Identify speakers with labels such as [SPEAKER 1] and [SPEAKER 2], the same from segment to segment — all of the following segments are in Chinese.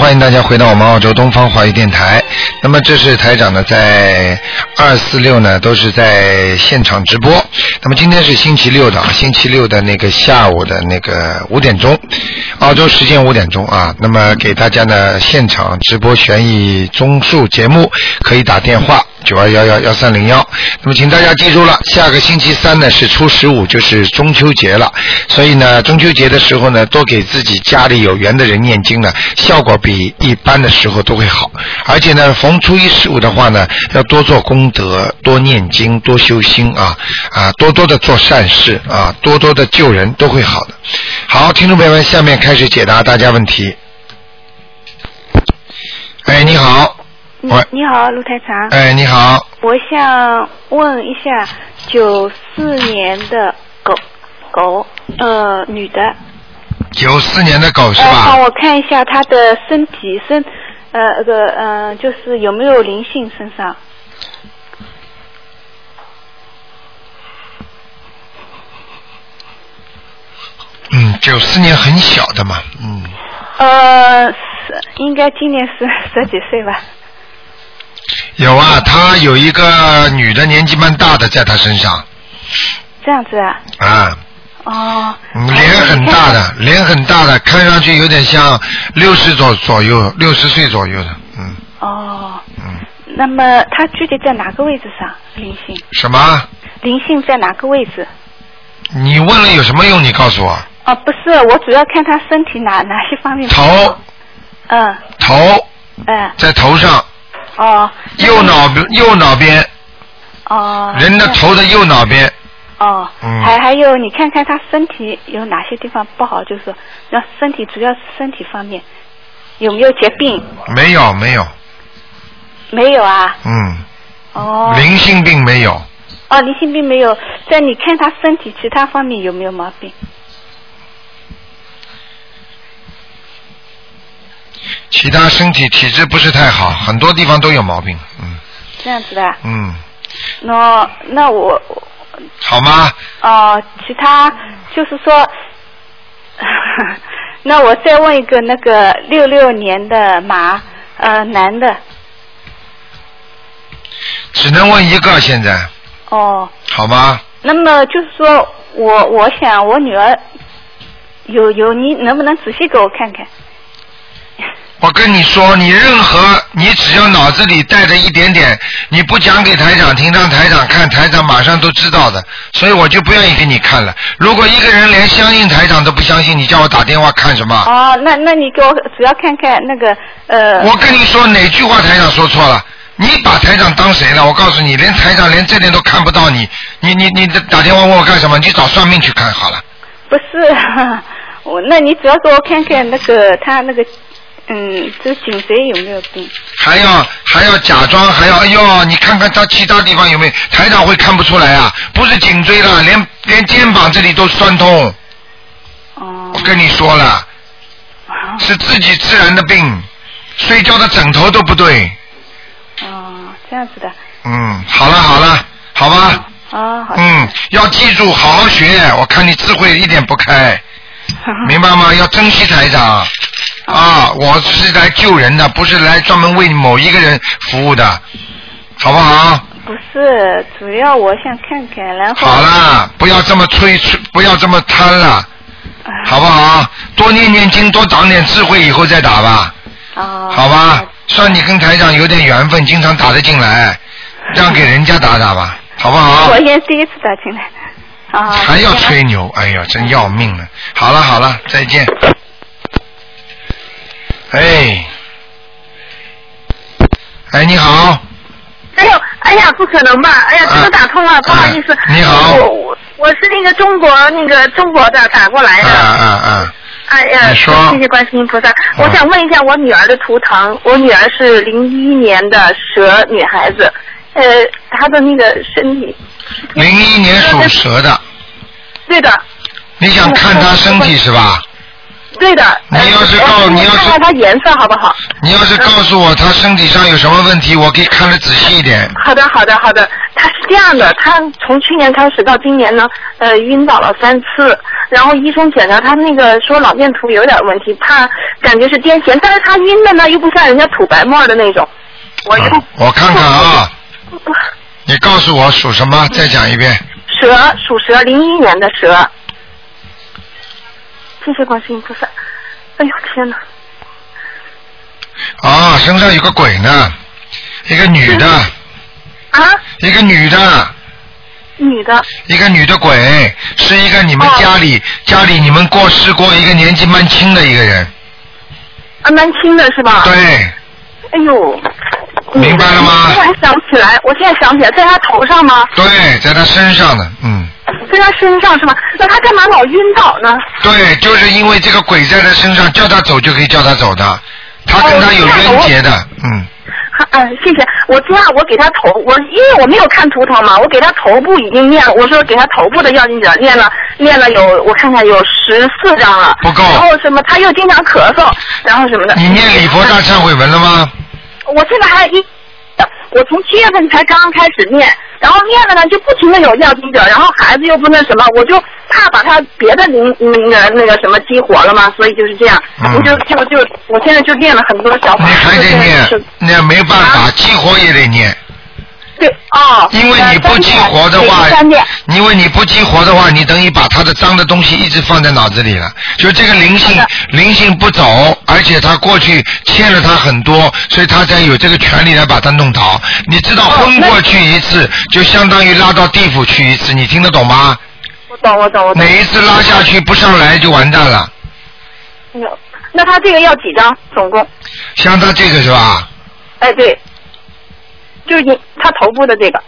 [SPEAKER 1] 欢迎大家回到我们澳洲东方华语电台。那么这是台长呢，在二四六呢都是在现场直播。那么今天是星期六的啊，星期六的那个下午的那个五点钟，澳洲时间五点钟啊。那么给大家呢现场直播悬疑综述节目，可以打电话九二幺幺幺三零幺。那么请大家记住了，下个星期三呢是初十五，就是中秋节了。所以呢，中秋节的时候呢，多给自己家里有缘的人念经呢，效果比一般的时候都会好。而且呢，逢初一十五的话呢，要多做功德，多念经，多修心啊啊，多多的做善事啊，多多的救人，都会好的。好，听众朋友们，下面开始解答大家问题。哎，你好，
[SPEAKER 2] 你
[SPEAKER 1] 喂
[SPEAKER 2] 你好，卢台长，
[SPEAKER 1] 哎，你好，
[SPEAKER 2] 我想问一下，九四年的狗狗，呃，女的，
[SPEAKER 1] 九四年的狗是
[SPEAKER 2] 呃，帮
[SPEAKER 1] 吧？
[SPEAKER 2] 我看一下她的身体身，呃，呃个，呃，就是有没有灵性身上？
[SPEAKER 1] 嗯，九四年很小的嘛，嗯，
[SPEAKER 2] 呃，是应该今年是十几岁吧？
[SPEAKER 1] 有啊，他有一个女的，年纪蛮大的，在他身上
[SPEAKER 2] 这样子啊？
[SPEAKER 1] 啊，
[SPEAKER 2] 哦。
[SPEAKER 1] 嗯脸很大的，脸很大的，看上去有点像六十左左右，六十岁左右的，嗯
[SPEAKER 2] 哦，
[SPEAKER 1] 嗯，
[SPEAKER 2] 那么她具体在哪个位置上？灵性，
[SPEAKER 1] 什么？
[SPEAKER 2] 灵性在哪个位置？
[SPEAKER 1] 你问了有什么用？你告诉我，
[SPEAKER 2] 啊，不是，我主要看他身体哪哪些方面。
[SPEAKER 1] 头
[SPEAKER 2] 嗯
[SPEAKER 1] 头
[SPEAKER 2] 嗯
[SPEAKER 1] 在头上，
[SPEAKER 2] 哦
[SPEAKER 1] 右脑右脑边，
[SPEAKER 2] 哦。
[SPEAKER 1] 人的头的右脑边，
[SPEAKER 2] 哦，
[SPEAKER 1] 嗯
[SPEAKER 2] 还还有，你看看他身体有哪些地方不好，就是说那身体主要是身体方面有没有疾病？
[SPEAKER 1] 没有没有，
[SPEAKER 2] 没有啊。
[SPEAKER 1] 嗯，
[SPEAKER 2] 哦。
[SPEAKER 1] 灵性病没有，
[SPEAKER 2] 哦，灵性病没有。在你看他身体其他方面有没有毛病？
[SPEAKER 1] 其他身体体质不是太好，很多地方都有毛病，嗯
[SPEAKER 2] 这样子的啊。
[SPEAKER 1] 嗯，
[SPEAKER 2] 那那我
[SPEAKER 1] 好吗？
[SPEAKER 2] 哦，其他就是说， 那我再问一个那个六六年的马，呃，男的，
[SPEAKER 1] 只能问一个现在，
[SPEAKER 2] 哦，
[SPEAKER 1] 好吗？
[SPEAKER 2] 那么就是说我我想我女儿有有你能不能仔细给我看看？
[SPEAKER 1] 我跟你说，你任何你只要脑子里带着一点点，你不讲给台长听，让台长看，台长马上都知道的，所以我就不愿意给你看了。如果一个人连相信台长都不相信，你叫我打电话看什么？
[SPEAKER 2] 哦，那那你给我主要看看那个呃，
[SPEAKER 1] 我跟你说哪句话台长说错了？你把台长当谁了？我告诉你，连台长连这点都看不到你，你你你打电话问我干什么？你去找算命去看好了。
[SPEAKER 2] 不是，我那你主要给我看看那个他那个嗯，这个颈椎有没有病？
[SPEAKER 1] 还要还要假装，还要哎呦，你看看他其他地方有没有？台长会看不出来啊，不是颈椎了，连连肩膀这里都酸痛。
[SPEAKER 2] 哦
[SPEAKER 1] 我，跟你说了，是自己自然的病，睡觉的枕头都不对。
[SPEAKER 2] 哦，这样子的，
[SPEAKER 1] 嗯，好了好了，好吧，
[SPEAKER 2] 哦，好的。
[SPEAKER 1] 嗯，要记住好好学，我看你智慧一点不开， 明白吗？要珍惜台长。啊，我是来救人的，不是来专门为某一个人服务的，好不好？
[SPEAKER 2] 不是，主要我想看看，然后
[SPEAKER 1] 好啦，不要这么吹，吹不要这么贪了，
[SPEAKER 2] 啊
[SPEAKER 1] 好不好？多念念经，多长点智慧，以后再打吧，
[SPEAKER 2] 啊，
[SPEAKER 1] 好吧？算你跟台长有点缘分，经常打得进来，让给人家打打吧，好不好
[SPEAKER 2] 我？也第一次打进来，啊，
[SPEAKER 1] 还要吹牛，哎呀，真要命了！好了好了，再见。哎，哎，你好，
[SPEAKER 3] 哎呦，哎呀，不可能吧！哎呀，这
[SPEAKER 1] 啊
[SPEAKER 3] 都打通了，不好意思。
[SPEAKER 1] 啊你好
[SPEAKER 3] 我我我是那个中国那个中国的打过来
[SPEAKER 1] 啊
[SPEAKER 3] 的。
[SPEAKER 1] 啊啊，
[SPEAKER 3] 哎呀，
[SPEAKER 1] 你说嗯
[SPEAKER 3] 谢谢观世音菩萨。我想问一下我女儿的图腾，我女儿是零一年的蛇女孩子，呃，她的那个身体，
[SPEAKER 1] 零一年属蛇的，
[SPEAKER 3] 对的，
[SPEAKER 1] 你想看他身体是吧？
[SPEAKER 3] 对的。
[SPEAKER 1] 你要是告
[SPEAKER 3] 呃
[SPEAKER 1] 你要是
[SPEAKER 3] 看看它颜色好不好？
[SPEAKER 1] 你要是告诉我他身体上有什么问题，我可以看得仔细一点。
[SPEAKER 3] 好的，好的，好的。他是这样的，他从去年开始到今年呢，呃，晕倒了三次，然后医生检查他那个说脑电图有点问题，怕感觉是癫痫，但是他晕的呢又不像人家吐白沫的那种。我又、
[SPEAKER 1] 嗯我看看啊，你告诉我属什么？再讲一遍。
[SPEAKER 3] 蛇属蛇，零一年的蛇。谢谢观世音菩萨。哎呦天哪！
[SPEAKER 1] 啊，身上有个鬼呢，一个女的，
[SPEAKER 3] 啊，
[SPEAKER 1] 一个女的，
[SPEAKER 3] 女的，
[SPEAKER 1] 一个女的鬼，是一个你们家里、
[SPEAKER 3] 哦
[SPEAKER 1] 家里你们过世过一个年纪蛮轻的一个人，
[SPEAKER 3] 啊，蛮轻的是吧？。
[SPEAKER 1] 对，
[SPEAKER 3] 哎呦。
[SPEAKER 1] 明白了吗
[SPEAKER 3] 我突然想不起来，我现在想起来，在他头上吗？
[SPEAKER 1] 对，在她身上的，嗯，
[SPEAKER 3] 在他身上是吧？那他干嘛老晕倒呢？
[SPEAKER 1] 对，就是因为这个鬼在她身上，叫她走就可以叫她走的，她跟她有冤结的，嗯，
[SPEAKER 3] 啊哎，谢谢。我这样，我给他头，我因为我没有看图腾嘛，我给他头部已经念了，我说给他头部的要经者念了，念了有我看看有十四张了，
[SPEAKER 1] 不够
[SPEAKER 3] 然后什么，他又经常咳嗽，然后什么的。
[SPEAKER 1] 你念礼佛大忏悔文了吗？
[SPEAKER 3] 我现在还一，我从七月份才刚刚开始念，然后念了呢就不停的有要经者，然后孩子又不那什么，我就怕把他别的灵那个那个什么激活了嘛，所以就是这样，
[SPEAKER 1] 嗯
[SPEAKER 3] 我就就就我现在就念了很多小
[SPEAKER 1] 你
[SPEAKER 3] 房子，
[SPEAKER 1] 还得
[SPEAKER 3] 就是
[SPEAKER 1] 念
[SPEAKER 3] 是，
[SPEAKER 1] 那没办法，
[SPEAKER 3] 啊
[SPEAKER 1] 激活也得念。
[SPEAKER 3] 对哦，
[SPEAKER 1] 因为你不激活的话
[SPEAKER 3] 呃三遍，
[SPEAKER 1] 因为你不激活的话，你等于把他的脏的东西一直放在脑子里了。就这个灵性
[SPEAKER 3] 好的，
[SPEAKER 1] 灵性不走，而且他过去欠了他很多，所以他才有这个权利来把他弄倒。你知道
[SPEAKER 3] 哦
[SPEAKER 1] 昏
[SPEAKER 3] 那
[SPEAKER 1] 过去一次，就相当于拉到地府去一次，你听得懂吗？
[SPEAKER 3] 我懂我懂我懂。
[SPEAKER 1] 每一次拉下去不上来就完蛋了。
[SPEAKER 3] 哎呦那他这个要几张总共？
[SPEAKER 1] 像他这个是吧？
[SPEAKER 3] 哎，对，就是你他头部的这个，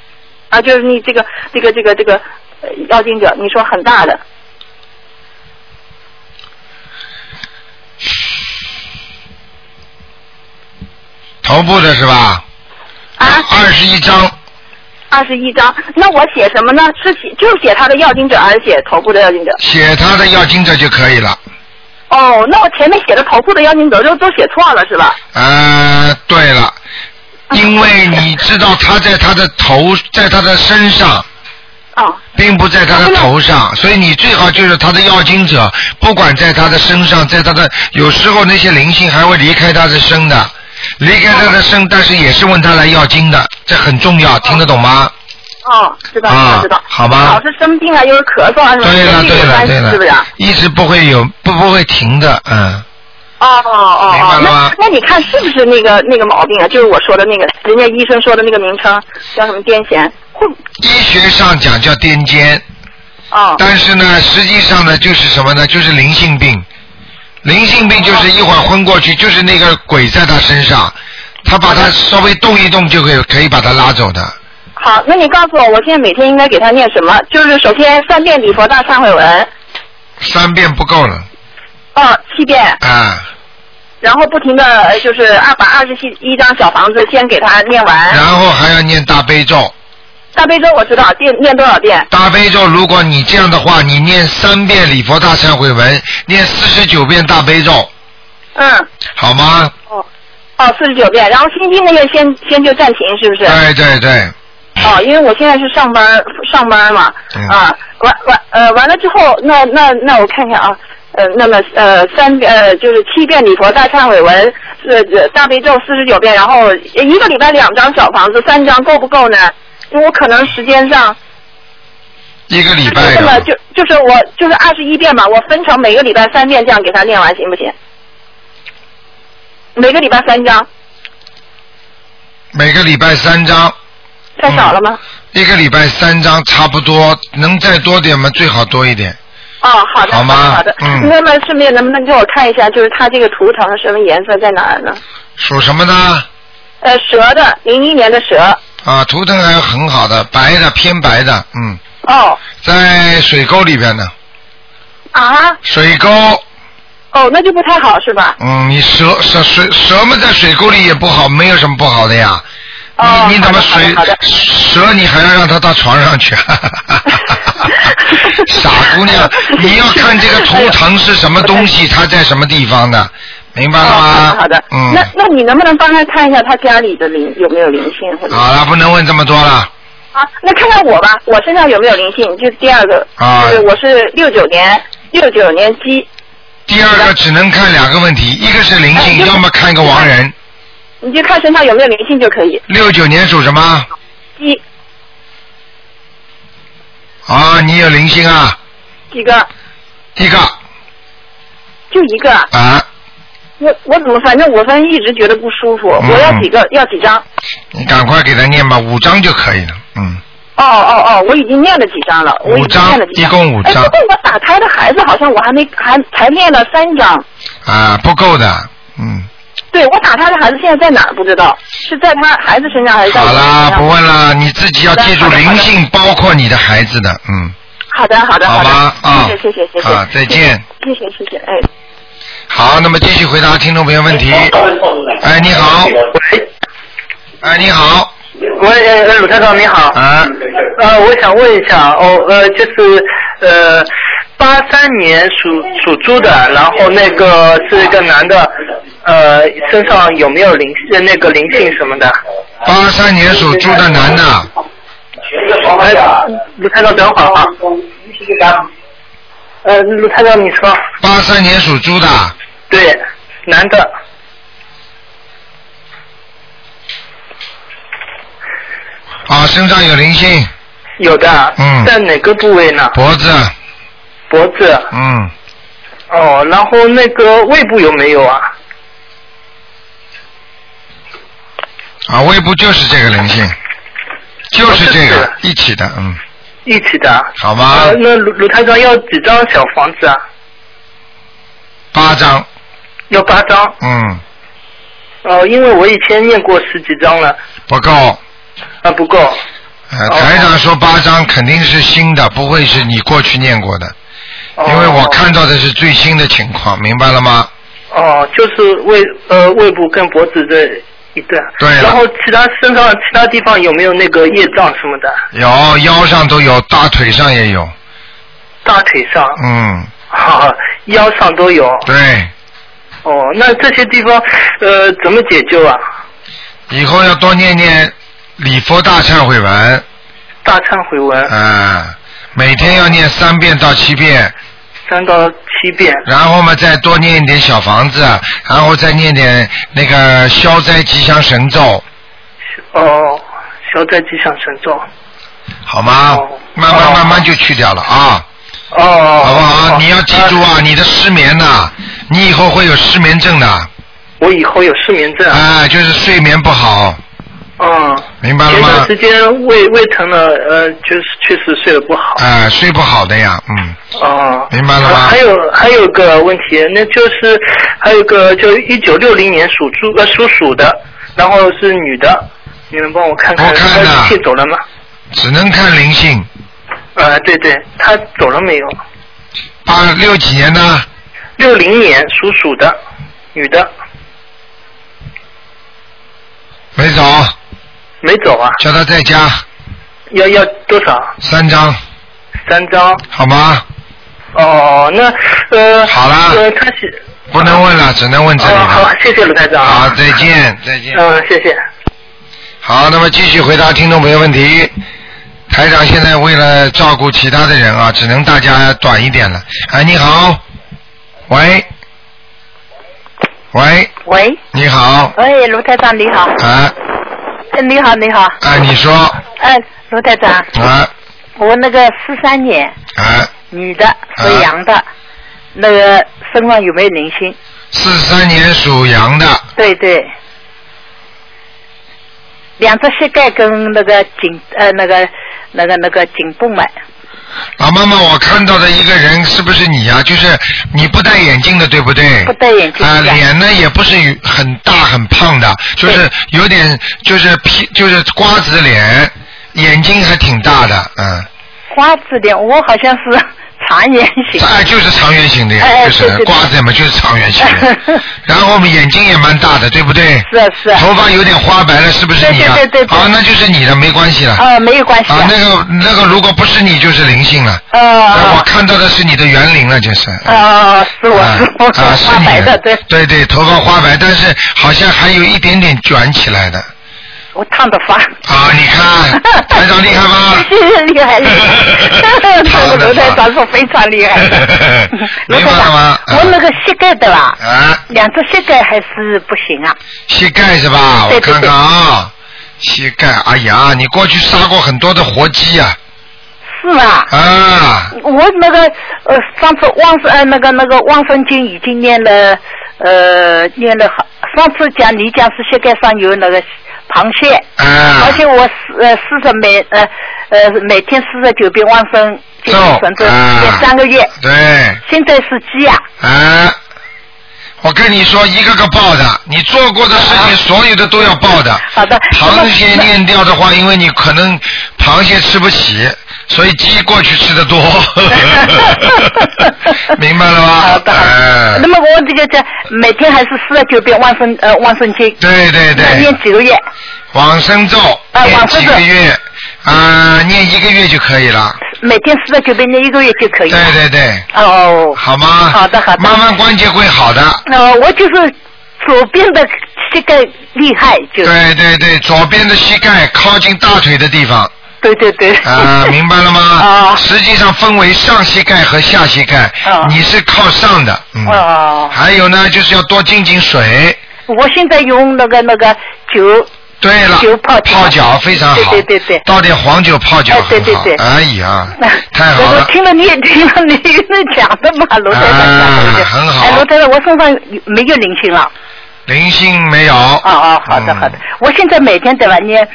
[SPEAKER 3] 啊，就是你这个这个这个这个呃要经者，你说很大的，
[SPEAKER 1] 头部的是吧？
[SPEAKER 3] 啊，
[SPEAKER 1] 二十一章，
[SPEAKER 3] 二十一张。那我写什么呢？是写就是写他的要经者，还是写头部的要经者？
[SPEAKER 1] 写他的要经者就可以了。
[SPEAKER 3] 哦，那我前面写的头部的要经者都都写错了是吧？
[SPEAKER 1] 呃，对
[SPEAKER 3] 啊
[SPEAKER 1] 了，因为你知道他在他的头，在他的身上，
[SPEAKER 3] 哦，
[SPEAKER 1] 并不在他的头
[SPEAKER 3] 啊
[SPEAKER 1] 上，所以你最好就是他的要经者，不管在他的身上，在他的有时候那些灵性还会离开他的身的，离开他的身，但是也是问他来要经的，这很重要，听得懂吗？
[SPEAKER 3] 哦，知道、
[SPEAKER 1] 啊
[SPEAKER 3] 知道，
[SPEAKER 1] 好吧
[SPEAKER 3] 老是生病啊，又是咳嗽啊，什么
[SPEAKER 1] 对了
[SPEAKER 3] 跟这个
[SPEAKER 1] 对
[SPEAKER 3] 有
[SPEAKER 1] 了
[SPEAKER 3] 关系
[SPEAKER 1] 对
[SPEAKER 3] 是不是啊
[SPEAKER 1] 了？，一直不会有不不会停的，嗯，
[SPEAKER 3] 哦哦哦
[SPEAKER 1] 明白
[SPEAKER 3] 哦
[SPEAKER 1] 了，吗
[SPEAKER 3] 那那你看是不是那个那个毛病啊？就是我说的那个，人家医生说的那个名称叫什么癫痫？会
[SPEAKER 1] 医学上讲叫癫痫，
[SPEAKER 3] 哦
[SPEAKER 1] 但是呢，实际上呢，就是什么呢？就是灵性病。灵性
[SPEAKER 3] 啊
[SPEAKER 1] 病就是一会儿昏过去，就是那个鬼在他身上，他把
[SPEAKER 3] 啊
[SPEAKER 1] 他稍微动一动就可以可以把他拉走的。
[SPEAKER 3] 好，那你告诉我，我现在每天应该给他念什么？就是首先三遍礼佛大忏悔文，
[SPEAKER 1] 三遍不够了
[SPEAKER 3] 哦，七遍，
[SPEAKER 1] 啊，
[SPEAKER 3] 然后不停的就是二把二十一张小房子先给他念完。
[SPEAKER 1] 然后还要念大悲咒。
[SPEAKER 3] 大悲咒我知道，念念多少遍？
[SPEAKER 1] 大悲咒，如果你这样的话，你念三遍礼佛大忏悔文，念四十九遍大悲咒，
[SPEAKER 3] 嗯，
[SPEAKER 1] 好吗？
[SPEAKER 3] 哦，哦，四十九遍。然后心经那个先先就暂停，是不是？
[SPEAKER 1] 对对对，
[SPEAKER 3] 哦，因为我现在是上班上班嘛
[SPEAKER 1] 嗯，
[SPEAKER 3] 啊，完完呃完了之后，那那那我看看啊，呃，那么呃三遍呃就是七遍礼佛大忏悔文，呃呃大悲咒四十九遍，然后一个礼拜两张小房子，三张够不够呢？因为我可能时间上
[SPEAKER 1] 一个礼
[SPEAKER 3] 就
[SPEAKER 1] 拜
[SPEAKER 3] 这么
[SPEAKER 1] 呀，
[SPEAKER 3] 就就是我就是二十一遍吧，我分成每个礼拜三遍这样给他念完行不行？每个礼拜三张，
[SPEAKER 1] 每个礼拜三章。
[SPEAKER 3] 太少了吗？
[SPEAKER 1] 一个礼拜三张差不多，能再多点吗？最好多一点。
[SPEAKER 3] 哦，好的，
[SPEAKER 1] 好吗
[SPEAKER 3] 好的。
[SPEAKER 1] 嗯
[SPEAKER 3] 那么顺便能不能给我看一下，就是它这个图腾什么颜色在哪儿呢？
[SPEAKER 1] 属什么呢？
[SPEAKER 3] 呃，蛇的，零一年的蛇。
[SPEAKER 1] 啊，图腾还有很好的，白的偏白的，嗯，
[SPEAKER 3] 哦，
[SPEAKER 1] 在水沟里边呢。
[SPEAKER 3] 啊，
[SPEAKER 1] 水沟，
[SPEAKER 3] 哦，那就不太好是吧？
[SPEAKER 1] 嗯，你蛇蛇水蛇嘛，在水沟里也不好，没有什么不好的呀。
[SPEAKER 3] 哦
[SPEAKER 1] 你你怎么水
[SPEAKER 3] 好的好的好的
[SPEAKER 1] 蛇？你还要让它到床上去？ 傻姑 娘，你要看这个图腾是什么东西，它在什么地方的，明白了吗
[SPEAKER 3] 哦？好的，
[SPEAKER 1] 啊嗯
[SPEAKER 3] 那，那你能不能帮他看一下他家里的灵有没有灵性或者？
[SPEAKER 1] 好了，不能问这么多了。
[SPEAKER 3] 啊，那看看我吧，我身上有没有灵性？就是第二个，
[SPEAKER 1] 啊
[SPEAKER 3] 就是我是六九年六九年鸡，
[SPEAKER 1] 第二个只能看两个问题，一个是灵
[SPEAKER 3] 哎就
[SPEAKER 1] 性，
[SPEAKER 3] 是
[SPEAKER 1] 要么看一个亡人。
[SPEAKER 3] 你就看身上有没有灵性就可以。
[SPEAKER 1] 六九年属什么？
[SPEAKER 3] 鸡
[SPEAKER 1] 啊，你有灵性啊，
[SPEAKER 3] 几个？
[SPEAKER 1] 一个
[SPEAKER 3] 就一个啊，
[SPEAKER 1] 啊，
[SPEAKER 3] 我我怎么反正我反正一直觉得不舒服，
[SPEAKER 1] 嗯
[SPEAKER 3] 我要几个要几张？
[SPEAKER 1] 你赶快给他念吧，五张就可以了。嗯，
[SPEAKER 3] 哦哦哦，我已经念了几张了，我已
[SPEAKER 1] 五
[SPEAKER 3] 经
[SPEAKER 1] 张
[SPEAKER 3] 念了几张，
[SPEAKER 1] 一共五张
[SPEAKER 3] 哎，不过我打胎的孩子好像我还没还才念了三张。
[SPEAKER 1] 啊，不够的。嗯，
[SPEAKER 3] 对，我打胎的孩子现在在哪儿不知道，是在他孩子身上还是在我
[SPEAKER 1] 好
[SPEAKER 3] 身
[SPEAKER 1] 啦，
[SPEAKER 3] 上？
[SPEAKER 1] 不问啦，你自己要记住
[SPEAKER 3] 好的好的
[SPEAKER 1] 灵性，包括你的孩子的。嗯，
[SPEAKER 3] 好的，好的，
[SPEAKER 1] 好
[SPEAKER 3] 的，
[SPEAKER 1] 吧啊
[SPEAKER 3] 谢谢，谢谢，谢谢，
[SPEAKER 1] 啊再见
[SPEAKER 3] 谢谢，谢谢，谢谢，哎。
[SPEAKER 1] 好，那么继续回答听众朋友问题。哎，你好，
[SPEAKER 4] 喂，
[SPEAKER 1] 哎，你好，
[SPEAKER 4] 喂，呃呃，鲁台长你好。
[SPEAKER 1] 啊，
[SPEAKER 4] 呃，我想问一下，哦，呃，就是呃，八三年属属猪的，然后那个是一个男的，呃，身上有没有灵呃那个灵性什么的？
[SPEAKER 1] 八三年属猪的男的，
[SPEAKER 4] 哎，鲁台长等会儿啊。呃，鲁台长你说，
[SPEAKER 1] 八三年属猪的，
[SPEAKER 4] 对，男的。
[SPEAKER 1] 啊，身上有灵性，
[SPEAKER 4] 有的，
[SPEAKER 1] 嗯
[SPEAKER 4] 在哪个部位呢？
[SPEAKER 1] 脖子，
[SPEAKER 4] 脖子，
[SPEAKER 1] 嗯，
[SPEAKER 4] 哦，然后那个胃部有没有啊？
[SPEAKER 1] 啊，胃部就是这个灵性，就是这
[SPEAKER 4] 哦是
[SPEAKER 1] 个
[SPEAKER 4] 的
[SPEAKER 1] 一起的，嗯，
[SPEAKER 4] 一起的。
[SPEAKER 1] 好吗
[SPEAKER 4] 呃那卢卢台长要几张小房子啊？
[SPEAKER 1] 八张，
[SPEAKER 4] 要八张。
[SPEAKER 1] 嗯，
[SPEAKER 4] 呃，因为我以前念过十几张了，
[SPEAKER 1] 不够，
[SPEAKER 4] 啊不够。
[SPEAKER 1] 呃，
[SPEAKER 4] 哦
[SPEAKER 1] 台长说八张肯定是新的，不会是你过去念过的，
[SPEAKER 4] 哦、
[SPEAKER 1] 因为我看。到的是最新的情况，明白了吗？
[SPEAKER 4] 哦，就是胃呃胃部跟脖子这一段。
[SPEAKER 1] 对啊了
[SPEAKER 4] 然后其他身上其他地方有没有那个业障什么的？
[SPEAKER 1] 有腰上都有，大腿上也有，
[SPEAKER 4] 大腿上，
[SPEAKER 1] 嗯，
[SPEAKER 4] 哈、腰上都有。
[SPEAKER 1] 对，
[SPEAKER 4] 哦，那这些地方呃怎么解救啊？
[SPEAKER 1] 以后要多念念礼佛大忏悔文，
[SPEAKER 4] 大忏悔文、
[SPEAKER 1] 啊，每天要念三遍到七遍，
[SPEAKER 4] 三到七遍。
[SPEAKER 1] 然后嘛再多念一点小房子，然后再念点那个消灾吉祥神咒，嗯
[SPEAKER 4] 哦，消灾吉祥神咒。
[SPEAKER 1] 好吗
[SPEAKER 4] 哦？
[SPEAKER 1] 慢慢
[SPEAKER 4] 哦
[SPEAKER 1] 慢慢就去掉了啊，
[SPEAKER 4] 哦，哎好
[SPEAKER 1] 好不好？你要记住啊，你的失眠呐、你以后会有失眠症的，
[SPEAKER 4] 我以后有失眠症。
[SPEAKER 1] 啊，就是睡眠不好，
[SPEAKER 4] 嗯。
[SPEAKER 1] 明白了
[SPEAKER 4] 前段
[SPEAKER 1] 吗
[SPEAKER 4] 时？间胃胃疼了，呃，就是确实睡得不好。
[SPEAKER 1] 啊，睡不好的呀，嗯，
[SPEAKER 4] 哦、
[SPEAKER 1] 明白了吗
[SPEAKER 4] 呃还有还有个问题，那就是还有个就一九六零年属猪呃属鼠的，然后是女的，你能帮我看看
[SPEAKER 1] 我看
[SPEAKER 4] 她
[SPEAKER 1] 了
[SPEAKER 4] 灵性走了吗？
[SPEAKER 1] 只能看灵性。
[SPEAKER 4] 呃，对对，她走了没有？
[SPEAKER 1] 八六几年的，
[SPEAKER 4] 六零年属鼠的女的
[SPEAKER 1] 没走，
[SPEAKER 4] 没走啊？
[SPEAKER 1] 叫他在家
[SPEAKER 4] 要要多少？
[SPEAKER 1] 三张，
[SPEAKER 4] 三张。
[SPEAKER 1] 好吗？
[SPEAKER 4] 哦，那呃，
[SPEAKER 1] 好啦
[SPEAKER 4] 呃，她是
[SPEAKER 1] 不能问了，只能问这里
[SPEAKER 4] 哦，好
[SPEAKER 1] 了。，
[SPEAKER 4] 谢谢卢台长。啊
[SPEAKER 1] 好，再。见，再见。
[SPEAKER 4] 嗯，谢谢。
[SPEAKER 1] 好，那么继续回答听众朋友问题。台长现在为了照顾其他的人啊，只能大家短一点了。哎，你好，喂，喂，
[SPEAKER 5] 喂，
[SPEAKER 1] 你好，
[SPEAKER 5] 喂，卢台长你好，
[SPEAKER 1] 啊
[SPEAKER 5] 哎你好你好，
[SPEAKER 1] 啊，你说，
[SPEAKER 5] 哎，卢台长，
[SPEAKER 1] 啊
[SPEAKER 5] 我那个四三年
[SPEAKER 1] 啊，
[SPEAKER 5] 女的属羊的，那个身上有没有灵性？
[SPEAKER 1] 四三年属羊的，
[SPEAKER 5] 对对，两只膝盖跟那个颈呃那个那个那个颈部嘛，
[SPEAKER 1] 老妈妈，我看到的一个人是不是你啊？就是你不戴眼镜的，对不对？
[SPEAKER 5] 不戴眼镜
[SPEAKER 1] 啊、
[SPEAKER 5] 是吧
[SPEAKER 1] 脸呢也不是很大很胖的，就是有点就是皮就是瓜子脸，眼睛还挺大的，嗯。
[SPEAKER 5] 花子脸，我好像是
[SPEAKER 3] 长圆形。
[SPEAKER 1] 哎，就是长圆形的呀，
[SPEAKER 3] 哎哎
[SPEAKER 1] 就是
[SPEAKER 3] 对对对
[SPEAKER 1] 瓜子嘛，就是长圆形 的。然后我们眼睛也蛮大的，对不对？
[SPEAKER 3] 是啊是啊
[SPEAKER 1] 头发有点花白了，是不是你啊？
[SPEAKER 3] 对对对对对
[SPEAKER 1] 啊，那就是你的，没关系了。
[SPEAKER 3] 啊，没有关系
[SPEAKER 1] 啊，
[SPEAKER 3] 啊。
[SPEAKER 1] 那个那个，如果不是你就是灵性了。
[SPEAKER 3] 呃
[SPEAKER 1] 啊我
[SPEAKER 3] 啊
[SPEAKER 1] 看到的是你的园林了，就是。哎
[SPEAKER 3] 啊啊，是我
[SPEAKER 1] 啊
[SPEAKER 3] 是我
[SPEAKER 1] 啊，是
[SPEAKER 3] 花
[SPEAKER 1] 你
[SPEAKER 3] 白的，对，
[SPEAKER 1] 对对，头发花白，但是好像还有一点点卷起来的。
[SPEAKER 3] 我烫的发。
[SPEAKER 1] 啊，你 看，台长厉害吗？。
[SPEAKER 3] 谢谢厉害厉害，那个卢台长是非常厉害的卢
[SPEAKER 1] 明
[SPEAKER 3] 台
[SPEAKER 1] 白了
[SPEAKER 3] 长
[SPEAKER 1] 吗，
[SPEAKER 3] 我那个膝盖对吧？
[SPEAKER 1] 啊，
[SPEAKER 3] 两只膝盖还是不行啊。
[SPEAKER 1] 膝盖是吧？我
[SPEAKER 3] 对对
[SPEAKER 1] 看
[SPEAKER 3] 对
[SPEAKER 1] 看啊，膝盖，哎呀，你过去杀过很多的活鸡呀、
[SPEAKER 3] 是吧？
[SPEAKER 1] 啊，啊，
[SPEAKER 3] 我那个呃，上次汪呃那个那个汪生经已经念了呃念了好，上次讲你讲是膝盖上有那个螃蟹，
[SPEAKER 1] 啊
[SPEAKER 3] 而且我四呃四十每呃呃每天四十九遍汪生经
[SPEAKER 1] 咒
[SPEAKER 3] 神咒
[SPEAKER 1] 啊
[SPEAKER 3] 念三个月，
[SPEAKER 1] 对，
[SPEAKER 3] 现在是鸡啊，
[SPEAKER 1] 啊，我跟你说，一个个报的，你做过的事情，所有的都要报的。
[SPEAKER 3] 啊好的
[SPEAKER 1] 螃蟹念掉的话，因为你可能螃蟹吃不起，所以鸡过去吃的多。 明白了吗？
[SPEAKER 3] 好的，好
[SPEAKER 1] 哎
[SPEAKER 3] 的。那么我这个这每天还是四十九遍万生呃万生经，
[SPEAKER 1] 对对
[SPEAKER 3] 那
[SPEAKER 1] 对
[SPEAKER 3] 念，几个月？
[SPEAKER 1] 往生咒
[SPEAKER 3] 啊
[SPEAKER 1] 念
[SPEAKER 3] 往生
[SPEAKER 1] 几
[SPEAKER 3] 咒
[SPEAKER 1] 个月，啊、念一个月就可以了。
[SPEAKER 3] 每天四十九遍念一个月就可以
[SPEAKER 1] 对
[SPEAKER 3] 了。
[SPEAKER 1] 对对，
[SPEAKER 3] 哦。
[SPEAKER 1] 好吗？
[SPEAKER 3] 好的好的
[SPEAKER 1] 慢慢关节会好的。
[SPEAKER 3] 呃，我就是左边的膝盖厉害，就是
[SPEAKER 1] 对对对，左边的膝盖靠近大腿的地方。
[SPEAKER 3] 对对对。
[SPEAKER 1] 啊，明白了吗？
[SPEAKER 3] 啊
[SPEAKER 1] 实际上分为上膝盖和下膝盖，
[SPEAKER 3] 啊
[SPEAKER 1] 你是靠上的，嗯。
[SPEAKER 3] 哦，
[SPEAKER 1] 还有呢，就是要多进进水。
[SPEAKER 3] 我现在用那个那个酒，
[SPEAKER 1] 对了
[SPEAKER 3] 酒，泡脚
[SPEAKER 1] 脚非常好，
[SPEAKER 3] 对对对对
[SPEAKER 1] 倒点黄酒泡脚
[SPEAKER 3] 哎
[SPEAKER 1] 很好。
[SPEAKER 3] 对对对
[SPEAKER 1] 哎呀，太好
[SPEAKER 3] 我
[SPEAKER 1] 了
[SPEAKER 3] 我。听了你也听了你那讲的嘛，罗台长讲的
[SPEAKER 1] 啊很好
[SPEAKER 3] 哎，罗台长，我身上有没有灵性了？
[SPEAKER 1] 灵性没有。哦
[SPEAKER 3] 哦哦，好的好的。我现在每天对吧念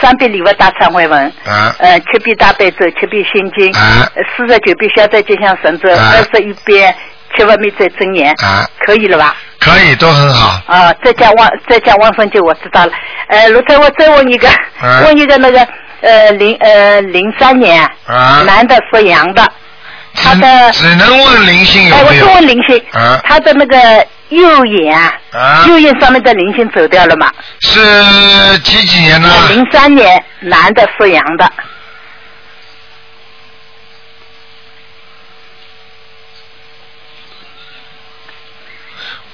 [SPEAKER 3] 三遍礼佛大忏悔文，
[SPEAKER 1] 啊
[SPEAKER 3] 呃七遍大悲咒，七遍心经
[SPEAKER 1] 啊，
[SPEAKER 3] 四十九遍消灾吉祥神咒，
[SPEAKER 1] 啊
[SPEAKER 3] 二十一遍七佛灭罪真言，
[SPEAKER 1] 啊，
[SPEAKER 3] 可以了吧？
[SPEAKER 1] 可以，都很好。
[SPEAKER 3] 啊，再讲汪再讲汪峰就我知道了。呃，卢太，我再问一个，
[SPEAKER 1] 哎
[SPEAKER 3] 问一个那个呃零呃零三年、
[SPEAKER 1] 啊
[SPEAKER 3] 男的属羊的，
[SPEAKER 1] 只
[SPEAKER 3] 他的
[SPEAKER 1] 只能问灵性
[SPEAKER 3] 哎，
[SPEAKER 1] 有
[SPEAKER 3] 我
[SPEAKER 1] 没
[SPEAKER 3] 是
[SPEAKER 1] 有？
[SPEAKER 3] 问林星，
[SPEAKER 1] 啊
[SPEAKER 3] 他的那个右眼啊，
[SPEAKER 1] 啊
[SPEAKER 3] 右眼上面的灵性走掉了嘛？
[SPEAKER 1] 是几几年呢？
[SPEAKER 3] 零三年男的属羊的，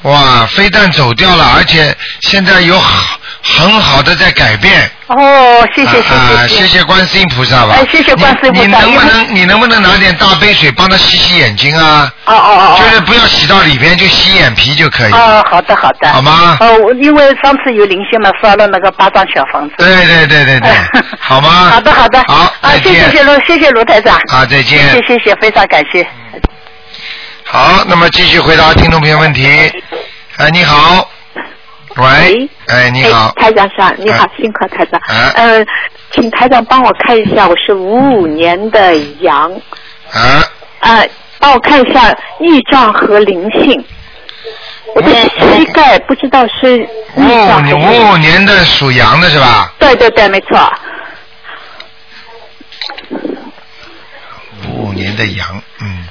[SPEAKER 1] 哇，非但走掉了，而且现在有好很好的在改变。
[SPEAKER 3] 哦，谢谢谢
[SPEAKER 1] 啊，
[SPEAKER 3] 谢
[SPEAKER 1] 谢谢观世音菩萨吧。
[SPEAKER 3] 哎谢谢观世音
[SPEAKER 1] 你
[SPEAKER 3] 菩萨
[SPEAKER 1] 你能不
[SPEAKER 3] 因
[SPEAKER 1] 能你能不能拿点大杯水帮他洗洗眼睛啊？
[SPEAKER 3] 哦哦哦
[SPEAKER 1] 就是
[SPEAKER 3] 哦。
[SPEAKER 1] 不要洗到里边，就洗眼皮就可以。
[SPEAKER 3] 哦，好的好的，
[SPEAKER 1] 好吗
[SPEAKER 3] 哦，我因为上次有灵性嘛，烧了那个八张小房子。
[SPEAKER 1] 对对对
[SPEAKER 6] 哎
[SPEAKER 1] 对对，好 吗？
[SPEAKER 3] 好的，好的。
[SPEAKER 1] 好，
[SPEAKER 3] 啊，
[SPEAKER 1] 再
[SPEAKER 3] 谢谢
[SPEAKER 1] 见。
[SPEAKER 3] 谢卢，谢谢卢台长。
[SPEAKER 1] 啊再见嗯
[SPEAKER 3] 谢谢谢谢，非常感谢。
[SPEAKER 1] 好，那么继续回答听众朋友问题。哎，你好。喂
[SPEAKER 7] 喂。
[SPEAKER 1] 哎，你
[SPEAKER 7] 哎，
[SPEAKER 1] 好。
[SPEAKER 7] 台长是吧？你好
[SPEAKER 1] 哎，
[SPEAKER 7] 辛苦了台长。
[SPEAKER 1] 哎
[SPEAKER 7] 嗯、请台长帮我看一下，我是五五年的羊，
[SPEAKER 1] 啊，
[SPEAKER 7] 呃，帮我看一下逆障和灵性。我的膝盖不知道是
[SPEAKER 1] 五
[SPEAKER 7] 逆
[SPEAKER 1] 五
[SPEAKER 7] 障还
[SPEAKER 1] 年
[SPEAKER 7] 是
[SPEAKER 1] 五五年的属羊的是吧？
[SPEAKER 7] 对对对，没错。
[SPEAKER 1] 五五年的羊，嗯。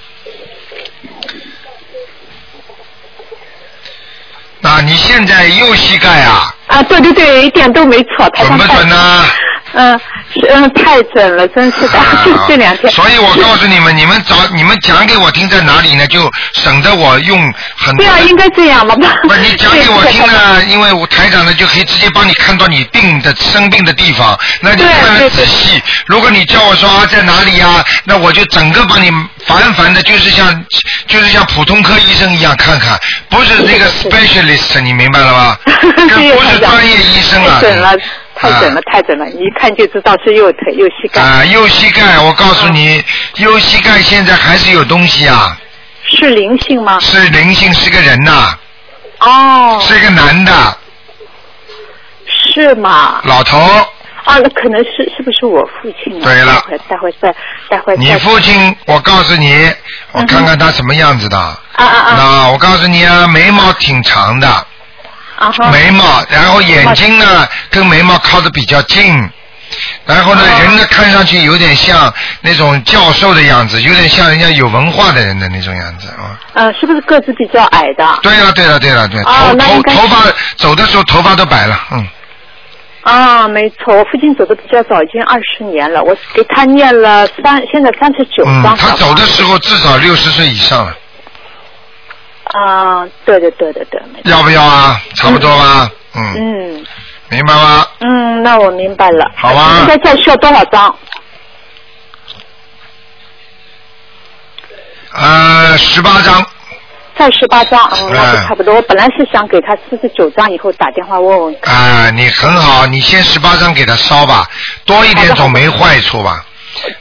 [SPEAKER 1] 那你现在右膝盖啊，
[SPEAKER 7] 啊，对对对，一点都没错，台
[SPEAKER 1] 准
[SPEAKER 7] 长
[SPEAKER 1] 不
[SPEAKER 7] 太
[SPEAKER 1] 准呢、
[SPEAKER 7] 嗯，是嗯，太准了，真 是的，就 这两
[SPEAKER 1] 啊
[SPEAKER 7] 天。
[SPEAKER 1] 所以我告诉你们，你们找你们讲给我听在哪里呢，就省得我用很
[SPEAKER 7] 不
[SPEAKER 1] 多。
[SPEAKER 7] 要应该这样嘛，
[SPEAKER 1] 不是，你讲给我听
[SPEAKER 7] 对对
[SPEAKER 1] 呢，因为我台长呢就可以直接帮你看到你病的生病的地方，那你
[SPEAKER 7] 对
[SPEAKER 1] 看得
[SPEAKER 7] 对
[SPEAKER 1] 仔细。如果你叫我说啊在哪里呀、那我就整个帮你烦烦的，就是像就是像普通科医生一样看看，不是那个 specialist，你明白了 吧？这
[SPEAKER 7] 对
[SPEAKER 1] 不是
[SPEAKER 7] 台长
[SPEAKER 1] 专业医生啊
[SPEAKER 7] 太。准了
[SPEAKER 1] 你，
[SPEAKER 7] 太准了，太准了！一看就知道是右腿右膝盖。
[SPEAKER 1] 啊、右膝盖，我告诉你，右膝盖现在还是有东西啊，
[SPEAKER 7] 是灵性吗？
[SPEAKER 1] 是灵性，是个人呐、
[SPEAKER 7] 啊哦，
[SPEAKER 1] 是个男的，
[SPEAKER 7] 是吗？
[SPEAKER 1] 老头。
[SPEAKER 7] 啊，那可能是是不是我父亲啊？
[SPEAKER 1] 对了
[SPEAKER 7] 待会儿待会儿再待会儿再。
[SPEAKER 1] 你父亲，我告诉你，我看看他什么样子的。
[SPEAKER 7] 嗯啊啊啊
[SPEAKER 1] 那我告诉你啊，眉毛挺长的，
[SPEAKER 7] 啊哈！
[SPEAKER 1] 眉毛，然后眼睛呢跟眉毛靠得比较近，然后呢，
[SPEAKER 7] 哦
[SPEAKER 1] 人呢看上去有点像那种教授的样子，有点像人家有文化的人的那种样子啊。
[SPEAKER 7] 呃，是不是个子比较矮的？
[SPEAKER 1] 对了，对了，对了，对，啊
[SPEAKER 7] 哦
[SPEAKER 1] 头
[SPEAKER 7] 那
[SPEAKER 1] 头
[SPEAKER 7] 应该是
[SPEAKER 1] 头发走的时候头发都白了，嗯，
[SPEAKER 7] 啊，没错，我父亲走的比较早，已经二十年了，我给他念了三，现在三十九
[SPEAKER 1] 嗯
[SPEAKER 7] 章，
[SPEAKER 1] 他
[SPEAKER 7] 了
[SPEAKER 1] 走的时候至少六十岁以上了，
[SPEAKER 7] 啊，对对对对对，没错。
[SPEAKER 1] 要不要啊？差不多吧，嗯，
[SPEAKER 7] 嗯
[SPEAKER 1] 明白吗？
[SPEAKER 7] 嗯，那我明白了。
[SPEAKER 1] 好啊
[SPEAKER 7] 现在再需要多少张？
[SPEAKER 1] 呃，十八张，
[SPEAKER 7] 再十八张，嗯，那就
[SPEAKER 1] 哎
[SPEAKER 7] 差不多。我本来是想给他四十九张，以后打电话问问。
[SPEAKER 1] 啊，你很好，你先十八张给他烧吧，多一
[SPEAKER 7] 好
[SPEAKER 1] 点
[SPEAKER 7] 的
[SPEAKER 1] 总没坏处吧？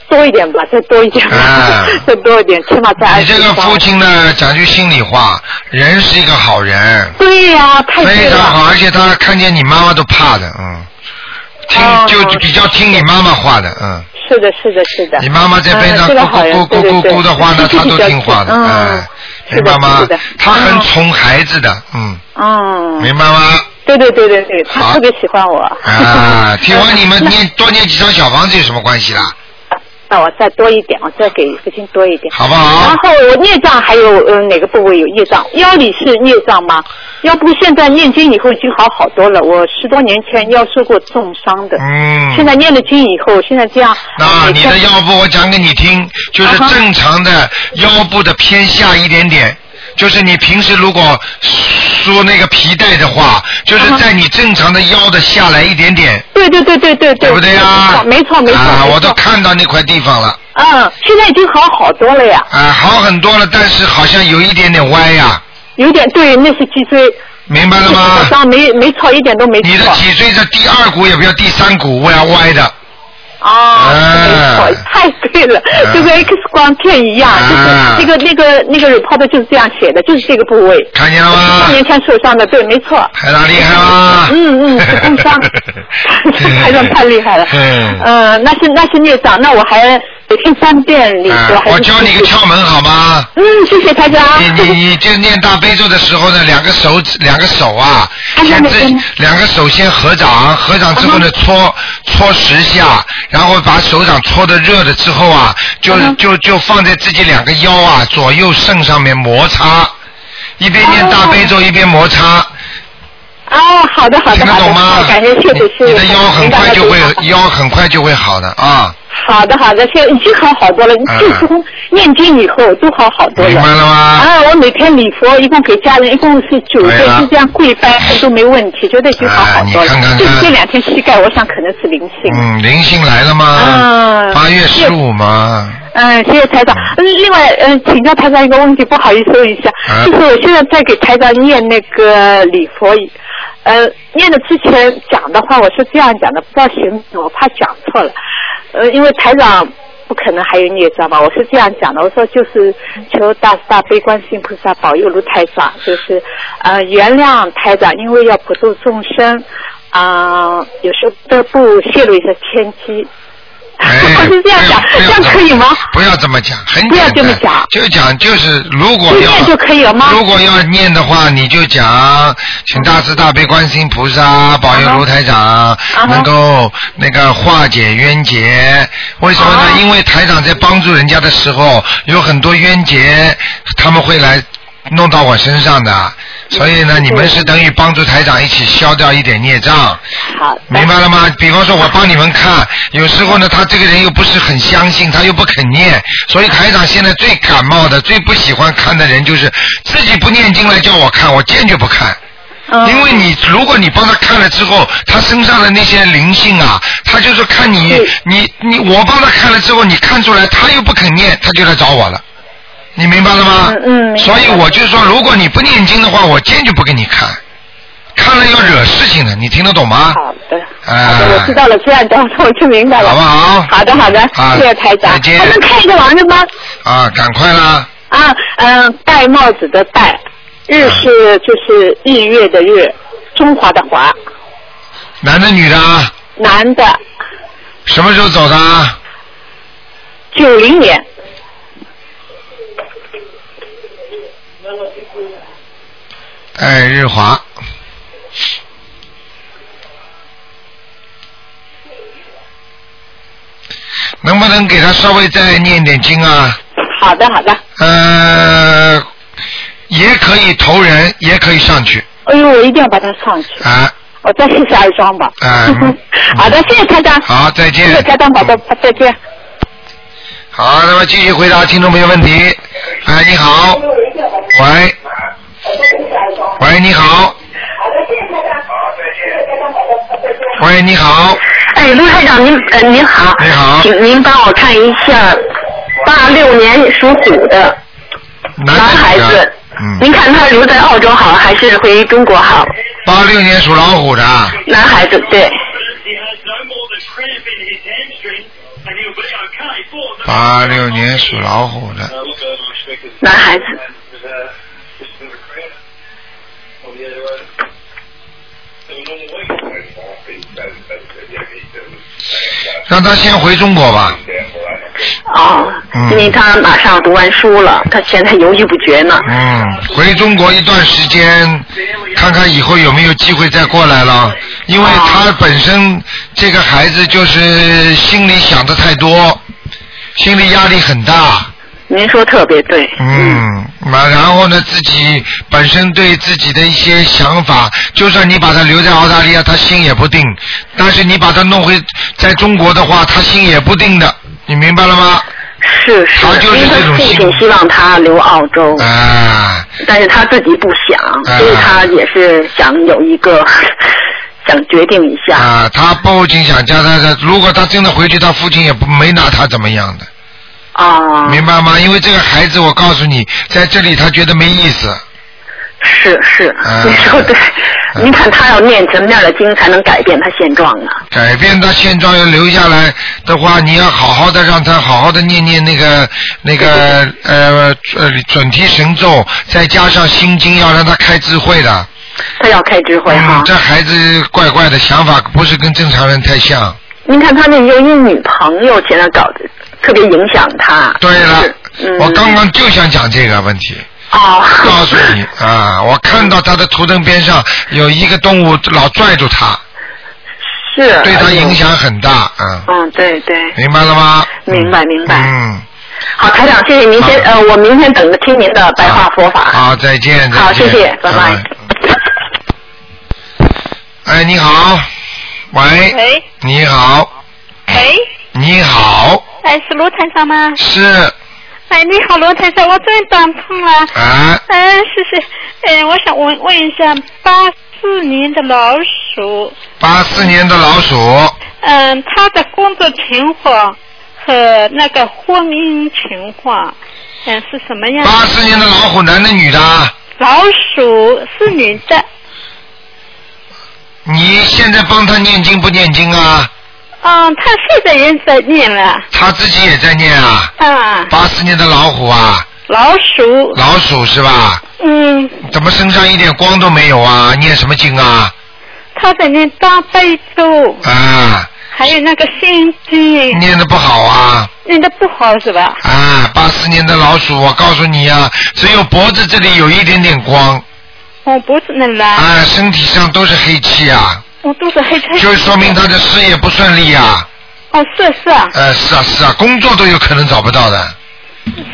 [SPEAKER 7] 多一点吧，再多一点吧，
[SPEAKER 1] 哎
[SPEAKER 7] 再多一点，起码再二
[SPEAKER 1] 你这
[SPEAKER 7] 十
[SPEAKER 1] 个父
[SPEAKER 7] 张。
[SPEAKER 1] 亲呢，讲句心里话，人是一个好人，
[SPEAKER 7] 对呀、太
[SPEAKER 1] 非
[SPEAKER 7] 对
[SPEAKER 1] 常
[SPEAKER 7] 了。
[SPEAKER 1] 好，而且他看见你妈妈都怕的，嗯，听、
[SPEAKER 7] 哦
[SPEAKER 1] 就比较听你妈妈话的，嗯。
[SPEAKER 7] 是的，是的，是的。
[SPEAKER 1] 你妈妈在边上
[SPEAKER 7] 嗯是
[SPEAKER 1] 咕
[SPEAKER 7] 个好
[SPEAKER 1] 咕
[SPEAKER 7] 人
[SPEAKER 1] 咕咕咕咕咕的话呢，
[SPEAKER 7] 对
[SPEAKER 1] 她
[SPEAKER 7] 对对
[SPEAKER 1] 都听话的，
[SPEAKER 7] 嗯
[SPEAKER 1] 哎，
[SPEAKER 7] 是
[SPEAKER 1] 明
[SPEAKER 7] 的
[SPEAKER 1] 白吗
[SPEAKER 7] 是的？
[SPEAKER 1] 她很
[SPEAKER 7] 嗯
[SPEAKER 1] 宠孩子的，嗯，
[SPEAKER 7] 嗯，
[SPEAKER 1] 明白吗？
[SPEAKER 7] 对对对对对，
[SPEAKER 1] 好
[SPEAKER 7] 他特别喜欢我。 嗯
[SPEAKER 1] 啊，听完你们
[SPEAKER 7] 那
[SPEAKER 1] 念多念几张小房子有什么关系啦？
[SPEAKER 7] 那我再多一点，我再给父亲多一点。
[SPEAKER 1] 好不
[SPEAKER 7] 然
[SPEAKER 1] 好？
[SPEAKER 7] 后我孽障还有嗯、呃哪个部位有孽障？腰里是孽障吗？要不现在念经以后已经好好多了。我十多年前腰受过重伤的，
[SPEAKER 1] 嗯，
[SPEAKER 7] 现在念了经以后，现在这样。呃
[SPEAKER 1] 那
[SPEAKER 7] 每
[SPEAKER 1] 你
[SPEAKER 7] 天
[SPEAKER 1] 的腰部，我讲给你听，就是
[SPEAKER 7] 嗯啊哈
[SPEAKER 1] 正常的腰部的偏下一点点，就是你平时如果梳那个皮带的话，就是
[SPEAKER 7] 啊
[SPEAKER 1] 在你正常的腰的下来一点点，
[SPEAKER 7] 对对对对对对，
[SPEAKER 1] 对不对呀？
[SPEAKER 7] 没错没错没错。
[SPEAKER 1] 啊，
[SPEAKER 7] 没错
[SPEAKER 1] 我都看到那块地方了，
[SPEAKER 7] 嗯，现在已经好好多了呀，
[SPEAKER 1] 啊，好很多了，但是好像有一点点歪呀，
[SPEAKER 7] 有点对，那是脊椎。
[SPEAKER 1] 明白了
[SPEAKER 7] 好
[SPEAKER 1] 吗？
[SPEAKER 7] 像没没错，一点都没错。
[SPEAKER 1] 你的脊椎的第二股也不要第三股歪歪的，
[SPEAKER 7] 啊，
[SPEAKER 1] 哎
[SPEAKER 7] 没错，太对了，
[SPEAKER 1] 哎
[SPEAKER 7] 就跟 X 光片一样，
[SPEAKER 1] 哎
[SPEAKER 7] 就是那个那个那个 report 就是这样写的，就是这个部位。
[SPEAKER 1] 看见了
[SPEAKER 7] 多
[SPEAKER 1] 吗？
[SPEAKER 7] 年前受伤的，对，没错。
[SPEAKER 1] 台长厉害吗？，
[SPEAKER 7] 嗯嗯，是工伤 台长太厉害了。
[SPEAKER 1] 嗯
[SPEAKER 7] 呃，那是那是孽障，那我还得听三遍礼佛、
[SPEAKER 1] 啊
[SPEAKER 7] 还，是
[SPEAKER 1] 我教你个窍门好吗？
[SPEAKER 7] 嗯，谢谢台长。
[SPEAKER 1] 你你你就念大悲咒的时候呢，两个手指两个手啊，
[SPEAKER 7] 哎呀
[SPEAKER 1] 先
[SPEAKER 7] 那啊
[SPEAKER 1] 自
[SPEAKER 7] 真的
[SPEAKER 1] 两个手先合掌，合掌之后呢搓搓十下，然后把手掌搓的热了之后啊，就就就放在自己两个腰啊左右肾上面摩擦，一边念大悲咒一边摩擦，
[SPEAKER 7] 哦，好啊的好
[SPEAKER 1] 听
[SPEAKER 7] 的
[SPEAKER 1] 得
[SPEAKER 7] 好
[SPEAKER 1] 懂
[SPEAKER 7] 的，
[SPEAKER 1] 吗
[SPEAKER 7] 好感谢？谢谢谢谢。
[SPEAKER 1] 你你的腰很
[SPEAKER 7] 明白
[SPEAKER 1] 快
[SPEAKER 7] 了
[SPEAKER 1] 就会
[SPEAKER 7] 明白了
[SPEAKER 1] 腰很快就会好的啊，
[SPEAKER 7] 好的好的，现在已经好好多了，
[SPEAKER 1] 啊
[SPEAKER 7] 自从念经以后都好好多
[SPEAKER 1] 明白
[SPEAKER 7] 了。
[SPEAKER 1] 了吗？
[SPEAKER 7] 啊，我每天礼佛，一共给家人一共是九
[SPEAKER 1] 对
[SPEAKER 7] 遍，
[SPEAKER 1] 了
[SPEAKER 7] 就这样跪拜都没问题，觉得已经好好多
[SPEAKER 1] 哎你
[SPEAKER 7] 了。
[SPEAKER 1] 看看看
[SPEAKER 7] 就是这两天膝盖，我想可能是灵性。
[SPEAKER 1] 嗯，灵性来了吗？
[SPEAKER 7] 嗯
[SPEAKER 1] 八月十五 吗？
[SPEAKER 7] 嗯，谢谢台长。嗯，另外，嗯，请教台长一个问题，不好意思一下，
[SPEAKER 1] 啊
[SPEAKER 7] 就是我现在在给台长念那个礼佛，呃，念的之前讲的话，我是这样讲的，不知道行不行，我怕讲错了。呃，因为台长不可能还有孽障嘛，我是这样讲的，我说就是求大慈大悲观世音菩萨保佑卢台长，就是呃原谅台长，因为要普度众生，啊、有时候不得不泄露一下天机。我
[SPEAKER 1] 哎，
[SPEAKER 7] 是这样讲，
[SPEAKER 1] 不要
[SPEAKER 7] 这样可以吗？
[SPEAKER 1] 不要这么讲，很简单
[SPEAKER 7] 不要这么讲
[SPEAKER 1] 就讲就是如果
[SPEAKER 7] 随
[SPEAKER 1] 要
[SPEAKER 7] 便就可以了吗？
[SPEAKER 1] 如果要念的话，你就讲，请大慈大悲观世音菩萨保佑卢台长
[SPEAKER 7] 啊哈
[SPEAKER 1] 能够那个化解冤结。为什么呢
[SPEAKER 7] 啊？
[SPEAKER 1] 因为台长在帮助人家的时候，有很多冤结，他们会来弄到我身上的。所以呢，你们是等于帮助台长一起消掉一点孽障。
[SPEAKER 7] 好的，
[SPEAKER 1] 明白了吗？比方说，我帮你们看，有时候呢，他这个人又不是很相信，他又不肯念，所以台长现在最感冒的、最不喜欢看的人就是自己不念经来叫我看，我坚决不看。
[SPEAKER 7] 嗯
[SPEAKER 1] 因为你，如果你帮他看了之后，他身上的那些灵性啊，他就是看你
[SPEAKER 7] 对，
[SPEAKER 1] 你你，我帮他看了之后，你看出来他又不肯念，他就来找我了，你明白了吗？
[SPEAKER 7] 嗯嗯
[SPEAKER 1] 所以我就说，如果你不念经的话，我坚决不给你看，看了要惹事情的，你听得懂吗？
[SPEAKER 7] 好的，
[SPEAKER 1] 哎
[SPEAKER 7] 好的，我知道了，这样的我就明白了，
[SPEAKER 1] 好不好？
[SPEAKER 7] 好的，好的，
[SPEAKER 1] 啊
[SPEAKER 7] 谢谢台长。
[SPEAKER 1] 再见
[SPEAKER 7] 还能看一个王人吗？
[SPEAKER 1] 啊，赶快啦！
[SPEAKER 7] 啊，嗯，戴帽子的戴，日
[SPEAKER 1] 啊
[SPEAKER 7] 是就是日月的日，中华的华，
[SPEAKER 1] 男的女的啊？
[SPEAKER 7] 男的，
[SPEAKER 1] 什么时候走的啊？
[SPEAKER 7] 九零年，
[SPEAKER 1] 哎，日华。能不能给他稍微再念一点经啊？
[SPEAKER 7] 好的好的，
[SPEAKER 1] 呃，也可以投人，也可以上去
[SPEAKER 7] 哎呦，我一定要把它上去，
[SPEAKER 1] 啊。
[SPEAKER 7] 我再试下一张吧。
[SPEAKER 1] 啊嗯
[SPEAKER 7] 好的，谢谢台长。
[SPEAKER 1] 好，嗯再见。
[SPEAKER 7] 谢谢台长保重，再见。
[SPEAKER 1] 好，那么继续回答听众朋友问题。哎，你好，喂，喂，你好，喂，你好，
[SPEAKER 6] 哎，陆台长您呃您好，
[SPEAKER 1] 你哎好
[SPEAKER 6] 请您帮我看一下，八六年属虎的
[SPEAKER 1] 男
[SPEAKER 6] 男孩
[SPEAKER 1] 的女
[SPEAKER 6] 子
[SPEAKER 1] 的，，嗯，
[SPEAKER 6] 您看他留在澳洲好还是回中国好？
[SPEAKER 1] 八六年属老虎的，啊
[SPEAKER 6] 男孩子对，
[SPEAKER 1] 八六年属老虎的，
[SPEAKER 6] 男孩子，
[SPEAKER 1] 让他先回中国吧。
[SPEAKER 6] 哦，
[SPEAKER 1] 嗯
[SPEAKER 6] 因为他马上读完书了，他现在犹豫不决呢。
[SPEAKER 1] 嗯，回中国一段时间，看看以后有没有机会再过来了。因为他本身这个孩子就是心里想的太多，心理压力很大。
[SPEAKER 6] 您说特别对，
[SPEAKER 1] 嗯，嘛，然后呢，自己本身对自己的一些想法，就算你把他留在澳大利亚，他心也不定；但是你把他弄回在中国的话，他心也不定的。你明白了吗？
[SPEAKER 6] 是是
[SPEAKER 1] 他，就是
[SPEAKER 6] 因为他
[SPEAKER 1] 这种
[SPEAKER 6] 父
[SPEAKER 1] 性
[SPEAKER 6] 亲
[SPEAKER 1] 格
[SPEAKER 6] 希望他留澳洲，
[SPEAKER 3] 哦
[SPEAKER 1] 啊，
[SPEAKER 6] 但是他自己不
[SPEAKER 1] 啊
[SPEAKER 6] 想，所以他也是想有一个想决定一下。
[SPEAKER 1] 啊，他不仅想家，他他如果他真的回去，他父亲也不没拿他怎么样的，
[SPEAKER 3] 哦
[SPEAKER 6] 啊，
[SPEAKER 1] 明白吗？因为这个孩子，我告诉你，在这里他觉得没意思。
[SPEAKER 6] 是是
[SPEAKER 1] 啊，
[SPEAKER 6] 您说对
[SPEAKER 1] 啊，
[SPEAKER 6] 您看他要念什么样的经才能改变他现状呢？
[SPEAKER 1] 改变他现状要留下来的话，你要好好的让他好好的念念那个那 个呃呃准提神咒，再加上心经，要让他开智慧的。
[SPEAKER 6] 他要开智慧哈
[SPEAKER 1] 嗯，。这孩子怪怪的想法不是跟正常人太像。
[SPEAKER 6] 您看他那由于女朋友现在搞得特别影响他。
[SPEAKER 1] 对了
[SPEAKER 6] 是，嗯，
[SPEAKER 1] 我刚刚就想讲这个问题。
[SPEAKER 6] 哦，
[SPEAKER 1] 告诉你啊，我看到他的图腾边上有一个动物老拽住他，
[SPEAKER 6] 是
[SPEAKER 1] 对他
[SPEAKER 6] 哎呦
[SPEAKER 1] 影响很大啊，
[SPEAKER 6] 嗯，对对，
[SPEAKER 1] 明白了吗？
[SPEAKER 6] 明白
[SPEAKER 1] 嗯
[SPEAKER 6] 明白
[SPEAKER 1] 嗯，
[SPEAKER 6] 好，台长，谢谢您先，
[SPEAKER 1] 好
[SPEAKER 6] 呃，我明天等着听您的白话佛法。
[SPEAKER 1] 好，再见。
[SPEAKER 6] 好，
[SPEAKER 1] 再见
[SPEAKER 6] 谢谢，拜拜。。
[SPEAKER 1] 哎，你好，喂，
[SPEAKER 2] 喂
[SPEAKER 1] 你好，
[SPEAKER 2] 喂，
[SPEAKER 1] 你好，
[SPEAKER 2] 哎，是罗台长吗？
[SPEAKER 1] 是
[SPEAKER 2] 哎，你好，罗台长，我终于打通了。
[SPEAKER 1] 啊，
[SPEAKER 2] 嗯，是是，嗯，我想问问一下，八四年的老鼠，
[SPEAKER 1] 八四年的老鼠，
[SPEAKER 2] 嗯，他的工作情况和那个婚姻情况，嗯，是什么样？
[SPEAKER 1] 八四年的老虎，男的女的啊？
[SPEAKER 2] 老鼠是女的，
[SPEAKER 1] 你现在帮他念经不念经啊？
[SPEAKER 2] 嗯，他现在也在念了，
[SPEAKER 1] 他自己也在念啊。
[SPEAKER 2] 啊，
[SPEAKER 1] 八四年的老虎啊，
[SPEAKER 2] 老鼠，
[SPEAKER 1] 老鼠是吧？
[SPEAKER 2] 嗯，
[SPEAKER 1] 怎么身上一点光都没有啊？念什么经啊？
[SPEAKER 2] 他在念大悲咒，
[SPEAKER 1] 啊，
[SPEAKER 2] 还有那个心经，
[SPEAKER 1] 念的不好啊！
[SPEAKER 2] 念的不好是吧？
[SPEAKER 1] 啊，八四年的老鼠，我告诉你啊，只有脖子这里有一点点光，
[SPEAKER 2] 我脖子那蓝，
[SPEAKER 1] 啊，身体上都是黑气啊，
[SPEAKER 2] 我肚子黑 黑，
[SPEAKER 1] 就说明他的事业不顺利啊。
[SPEAKER 2] 哦，是是啊，
[SPEAKER 1] 呃，是啊，是啊，工作都有可能找不到的。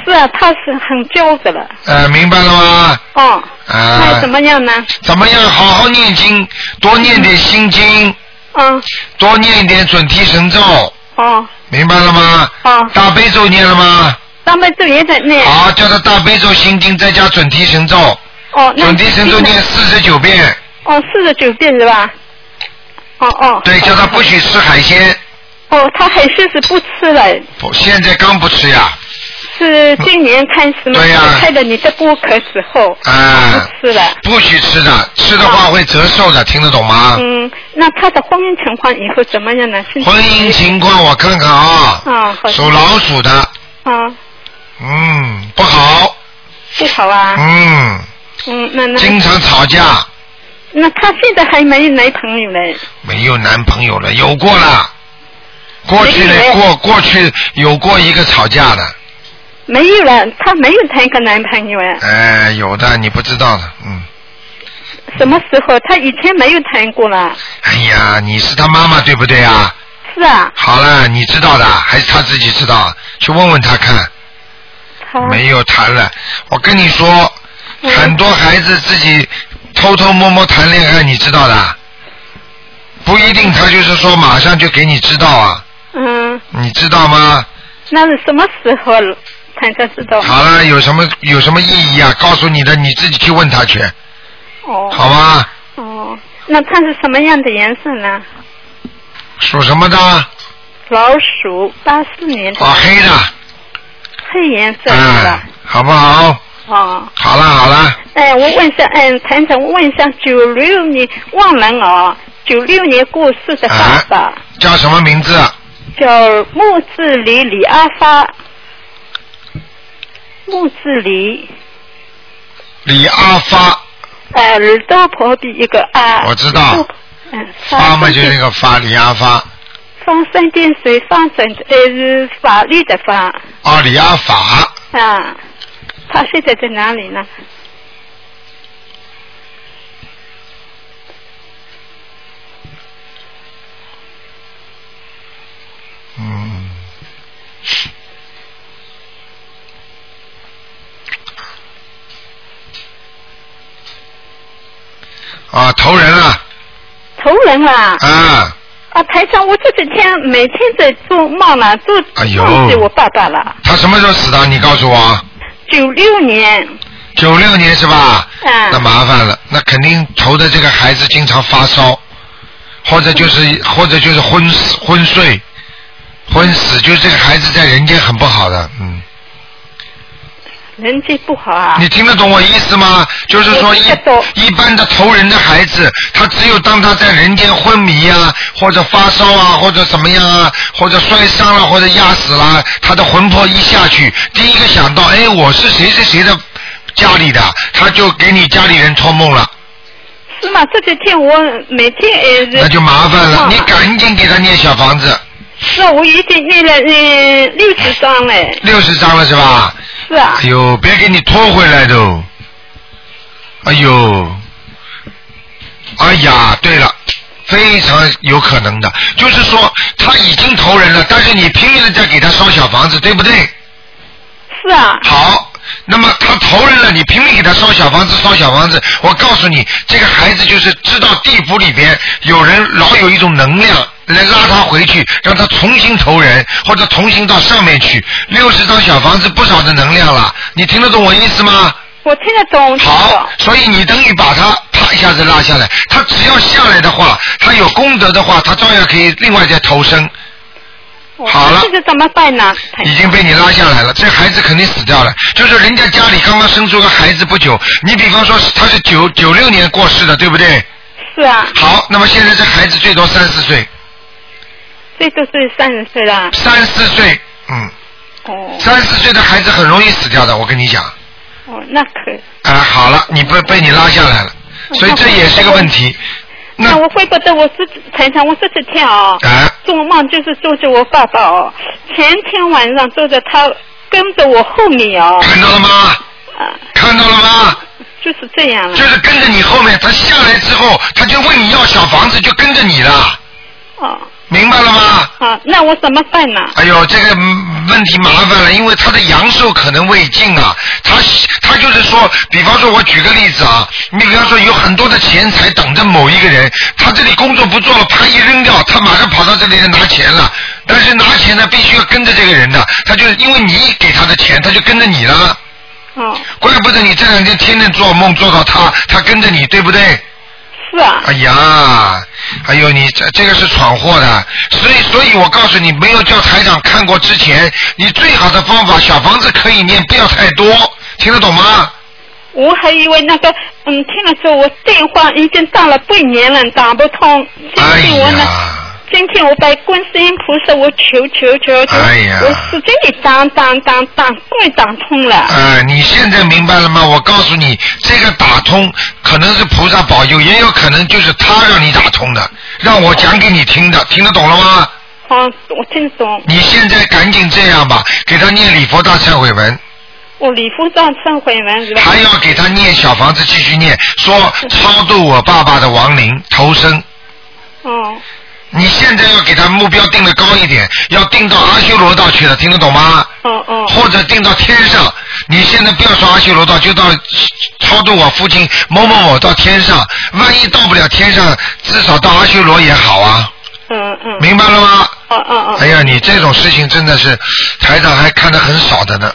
[SPEAKER 2] 是啊，他是很焦着了，
[SPEAKER 1] 呃，明白了吗？
[SPEAKER 2] 哦，那
[SPEAKER 1] 啊
[SPEAKER 2] 怎，么样呢？
[SPEAKER 1] 怎么样？好好念经，多念点心经，
[SPEAKER 2] 嗯，
[SPEAKER 1] 多念一点准提神咒，
[SPEAKER 2] 哦
[SPEAKER 1] 明白了吗？
[SPEAKER 2] 哦，
[SPEAKER 1] 大悲咒念了吗？
[SPEAKER 2] 大悲咒也在念，
[SPEAKER 1] 好，叫他大悲咒心经，再加准提神咒，
[SPEAKER 2] 哦，那
[SPEAKER 1] 准提神咒念四十九遍。
[SPEAKER 2] 哦四十九遍是吧？哦哦，
[SPEAKER 1] 对，叫他不许吃海鲜，
[SPEAKER 2] 哦，他还是是不吃了。
[SPEAKER 1] 不，现在刚不吃呀，
[SPEAKER 2] 是今年开始吗？
[SPEAKER 1] 对呀
[SPEAKER 2] 开了你的播客之后，
[SPEAKER 1] 啊，
[SPEAKER 2] 不吃了。
[SPEAKER 1] 不许吃的，吃的话会折寿的，听得懂吗？
[SPEAKER 2] 嗯，那他的婚姻情况以后怎么样呢？现在
[SPEAKER 1] 婚姻情况我看看啊，
[SPEAKER 2] 啊，好
[SPEAKER 1] 属老鼠的，
[SPEAKER 2] 啊，
[SPEAKER 1] 嗯，不好，
[SPEAKER 2] 不好啊。
[SPEAKER 1] 嗯，
[SPEAKER 2] 嗯，那那
[SPEAKER 1] 经常吵架，
[SPEAKER 2] 那他现在还没有男朋友嘞？
[SPEAKER 1] 没有男朋友了，有过了，过去
[SPEAKER 2] 没
[SPEAKER 1] 呢，
[SPEAKER 2] 有
[SPEAKER 1] 过过去有过一个吵架的，
[SPEAKER 2] 没有了，他没有谈一个男朋友啊。
[SPEAKER 1] 哎，有的你不知道的，嗯。
[SPEAKER 2] 什么时候？他以前没有谈过啦。
[SPEAKER 1] 哎呀，你是他妈妈对不对啊？
[SPEAKER 2] 是啊，
[SPEAKER 1] 好了，你知道的，还是他自己知道，去问问他看。
[SPEAKER 2] 好，嗯
[SPEAKER 1] 没有谈了，我跟你说，很多孩子自己偷偷摸摸谈恋爱，你知道的，不一定他就是说马上就给你知道啊，
[SPEAKER 2] 嗯，
[SPEAKER 1] 你知道吗？
[SPEAKER 2] 那是什么时候了？才才知道？
[SPEAKER 1] 好了，有什么有什么意义啊？告诉你的，你自己去问他去，
[SPEAKER 2] 哦，
[SPEAKER 1] 好吗？
[SPEAKER 2] 哦，那它是什么样的颜色呢？
[SPEAKER 1] 属什么的？啊，
[SPEAKER 2] 嗯老鼠，八四年的
[SPEAKER 1] 黑的，
[SPEAKER 2] 黑颜色是
[SPEAKER 1] 嗯
[SPEAKER 2] 吧？，
[SPEAKER 1] 好不好？
[SPEAKER 2] 哦，
[SPEAKER 1] 好了好了，
[SPEAKER 2] 哎，我问一下，嗯，团长，我问一下，九六年忘人哦，九六年过世的爸爸、
[SPEAKER 1] 哎叫什么名字？
[SPEAKER 2] 叫木字李李阿发，木字李，
[SPEAKER 1] 李阿发，
[SPEAKER 2] 呃，耳朵旁边一个阿，
[SPEAKER 1] 我知道，
[SPEAKER 2] 嗯，
[SPEAKER 1] 发嘛
[SPEAKER 2] 三
[SPEAKER 1] 就是那
[SPEAKER 2] 点
[SPEAKER 1] 个发，李阿发，
[SPEAKER 2] 放三点水，放整呃是法律的法
[SPEAKER 1] 啊，李阿法，
[SPEAKER 2] 啊，他现在在哪里呢？
[SPEAKER 1] 嗯，啊，投人了
[SPEAKER 2] 仇人啦、
[SPEAKER 1] 啊！
[SPEAKER 2] 啊，台长，我这几天每天在做梦啊了，做
[SPEAKER 1] 哎呦
[SPEAKER 2] 梦见我爸爸了，
[SPEAKER 1] 他什么时候死的？你告诉我，
[SPEAKER 2] 九六年，
[SPEAKER 1] 九六年是吧？
[SPEAKER 2] 啊
[SPEAKER 7] 嗯
[SPEAKER 1] 那麻烦了，那肯定投的这个孩子经常发烧，或者就是或者就是昏死昏睡，昏死，就是这个孩子在人间很不好的，嗯。
[SPEAKER 2] 人际不好啊。
[SPEAKER 1] 你听得懂我意思吗？就是说
[SPEAKER 2] 我
[SPEAKER 1] 一
[SPEAKER 2] 听得懂
[SPEAKER 1] 一般的投人的孩子，他只有当他在人间昏迷啊，或者发烧啊，或者怎么样啊，或者摔伤了，或者压死了，他的魂魄一下去，第一个想到，哎，我是谁谁谁的家里的，他就给你家里人托梦了，
[SPEAKER 2] 是嘛？这几天我每天呃，
[SPEAKER 1] 那就麻烦了。
[SPEAKER 2] 啊
[SPEAKER 1] 你赶紧给他念小房子，
[SPEAKER 2] 是我已经念了嗯、六十张嘞，
[SPEAKER 1] 六十张了是吧？
[SPEAKER 2] 是啊
[SPEAKER 1] 哎，呦，别给你拖回来都。哎呦，哎呀，对了，非常有可能的，就是说他已经投人了，但是你拼命的在给他烧小房子，对不对？
[SPEAKER 2] 是啊，
[SPEAKER 1] 好，那么他投人了，你拼命给他烧小房子，烧小房子。我告诉你，这个孩子就是知道地府里边有人老有一种能量来拉他回去，让他重新投人，或者重新到上面去。六十张小房子，不少的能量了，你听得懂我意思吗？
[SPEAKER 2] 我听得懂，听得懂
[SPEAKER 1] 好，，所以你等于把他啪一下子拉下来，他只要下来的话，他有功德的话，他照样可以另外再投生。
[SPEAKER 2] 我
[SPEAKER 1] 好了
[SPEAKER 2] 哦这个怎么办呢？台
[SPEAKER 1] 已经被你拉下来了，这孩子肯定死掉了。就是人家家里刚刚生出个孩子不久，你比方说是他是九九六年过世的，对不对？
[SPEAKER 2] 是啊，
[SPEAKER 1] 好，那么现在这孩子最多三四岁，
[SPEAKER 2] 最多是三十岁了，
[SPEAKER 1] 三四岁，嗯，
[SPEAKER 2] 哦
[SPEAKER 1] 三四岁的孩子很容易死掉的，我跟你讲。
[SPEAKER 2] 哦，那可
[SPEAKER 1] 啊，好了，你被被你拉下来了，所以这也是个问题。那
[SPEAKER 2] 嗯那我怪不得我是台长，我这几天啊、
[SPEAKER 1] 啊，
[SPEAKER 2] 做梦就是做着我爸爸哦，前天晚上做着他跟着我后面哦，
[SPEAKER 1] 看到了吗？
[SPEAKER 2] 啊，
[SPEAKER 1] 看到了吗？
[SPEAKER 2] 就是这样啊了
[SPEAKER 1] 就，是跟着你后面，他下来之后，他就问你要小房子，就跟着你了，
[SPEAKER 2] 哦，
[SPEAKER 1] 明白了吗？
[SPEAKER 2] 啊，那我怎么办呢？
[SPEAKER 1] 哎呦，这个嗯问题麻烦了，因为他的阳寿可能未尽啊。他他就是说，比方说，我举个例子啊，你比方说有很多的钱财等着某一个人，他这里工作不做了，啪一扔掉，他马上跑到这里来拿钱了。但是拿钱呢，必须要跟着这个人的，他就是因为你给他的钱，他就跟着你了。
[SPEAKER 2] 哦，
[SPEAKER 1] 怪不得你这两天天天做梦做到他，他跟着你，对不对？
[SPEAKER 2] 是啊，
[SPEAKER 1] 哎呀，哎呦，你这这个是闯祸的，所以所以我告诉你，没有叫台长看过之前，你最好的方法，小房子可以念，不要太多，听得懂吗？
[SPEAKER 2] 我还以为那个，嗯，听了之后我电话已经打了半年了，打不通。今
[SPEAKER 1] 哎
[SPEAKER 2] 天我呢，
[SPEAKER 1] 呀，
[SPEAKER 2] 今天我拜观世音菩萨，我求求求求，
[SPEAKER 1] 哎呀
[SPEAKER 2] 我使劲的打打打打，终于打通了。
[SPEAKER 1] 呃，你现在明白了吗？我告诉你，这个打通可能是菩萨保佑，也有可能就是他让你打通的，让我讲给你听的，听得懂了吗？
[SPEAKER 2] 哦，我听得懂，
[SPEAKER 1] 你现在赶紧这样吧，给他念礼佛大忏悔文。
[SPEAKER 2] 我礼佛上忏悔文是吧？
[SPEAKER 1] 还要给他念小房子，继 续念，说超度我爸爸的亡灵投生。
[SPEAKER 2] 哦，
[SPEAKER 1] 你现在要给他目标定的高一点，要定到阿修罗道去了，听得懂吗？
[SPEAKER 8] 哦哦。
[SPEAKER 1] 或者定到天上，你现在不要说阿修罗道，就到超度我父亲某某某到天上，万一到不了天上，至少到阿修罗也好啊。
[SPEAKER 8] 嗯嗯。
[SPEAKER 1] 明白了吗？
[SPEAKER 8] 哦哦哦。
[SPEAKER 1] 哎呀，你这种事情真的是台长还看得很少的呢。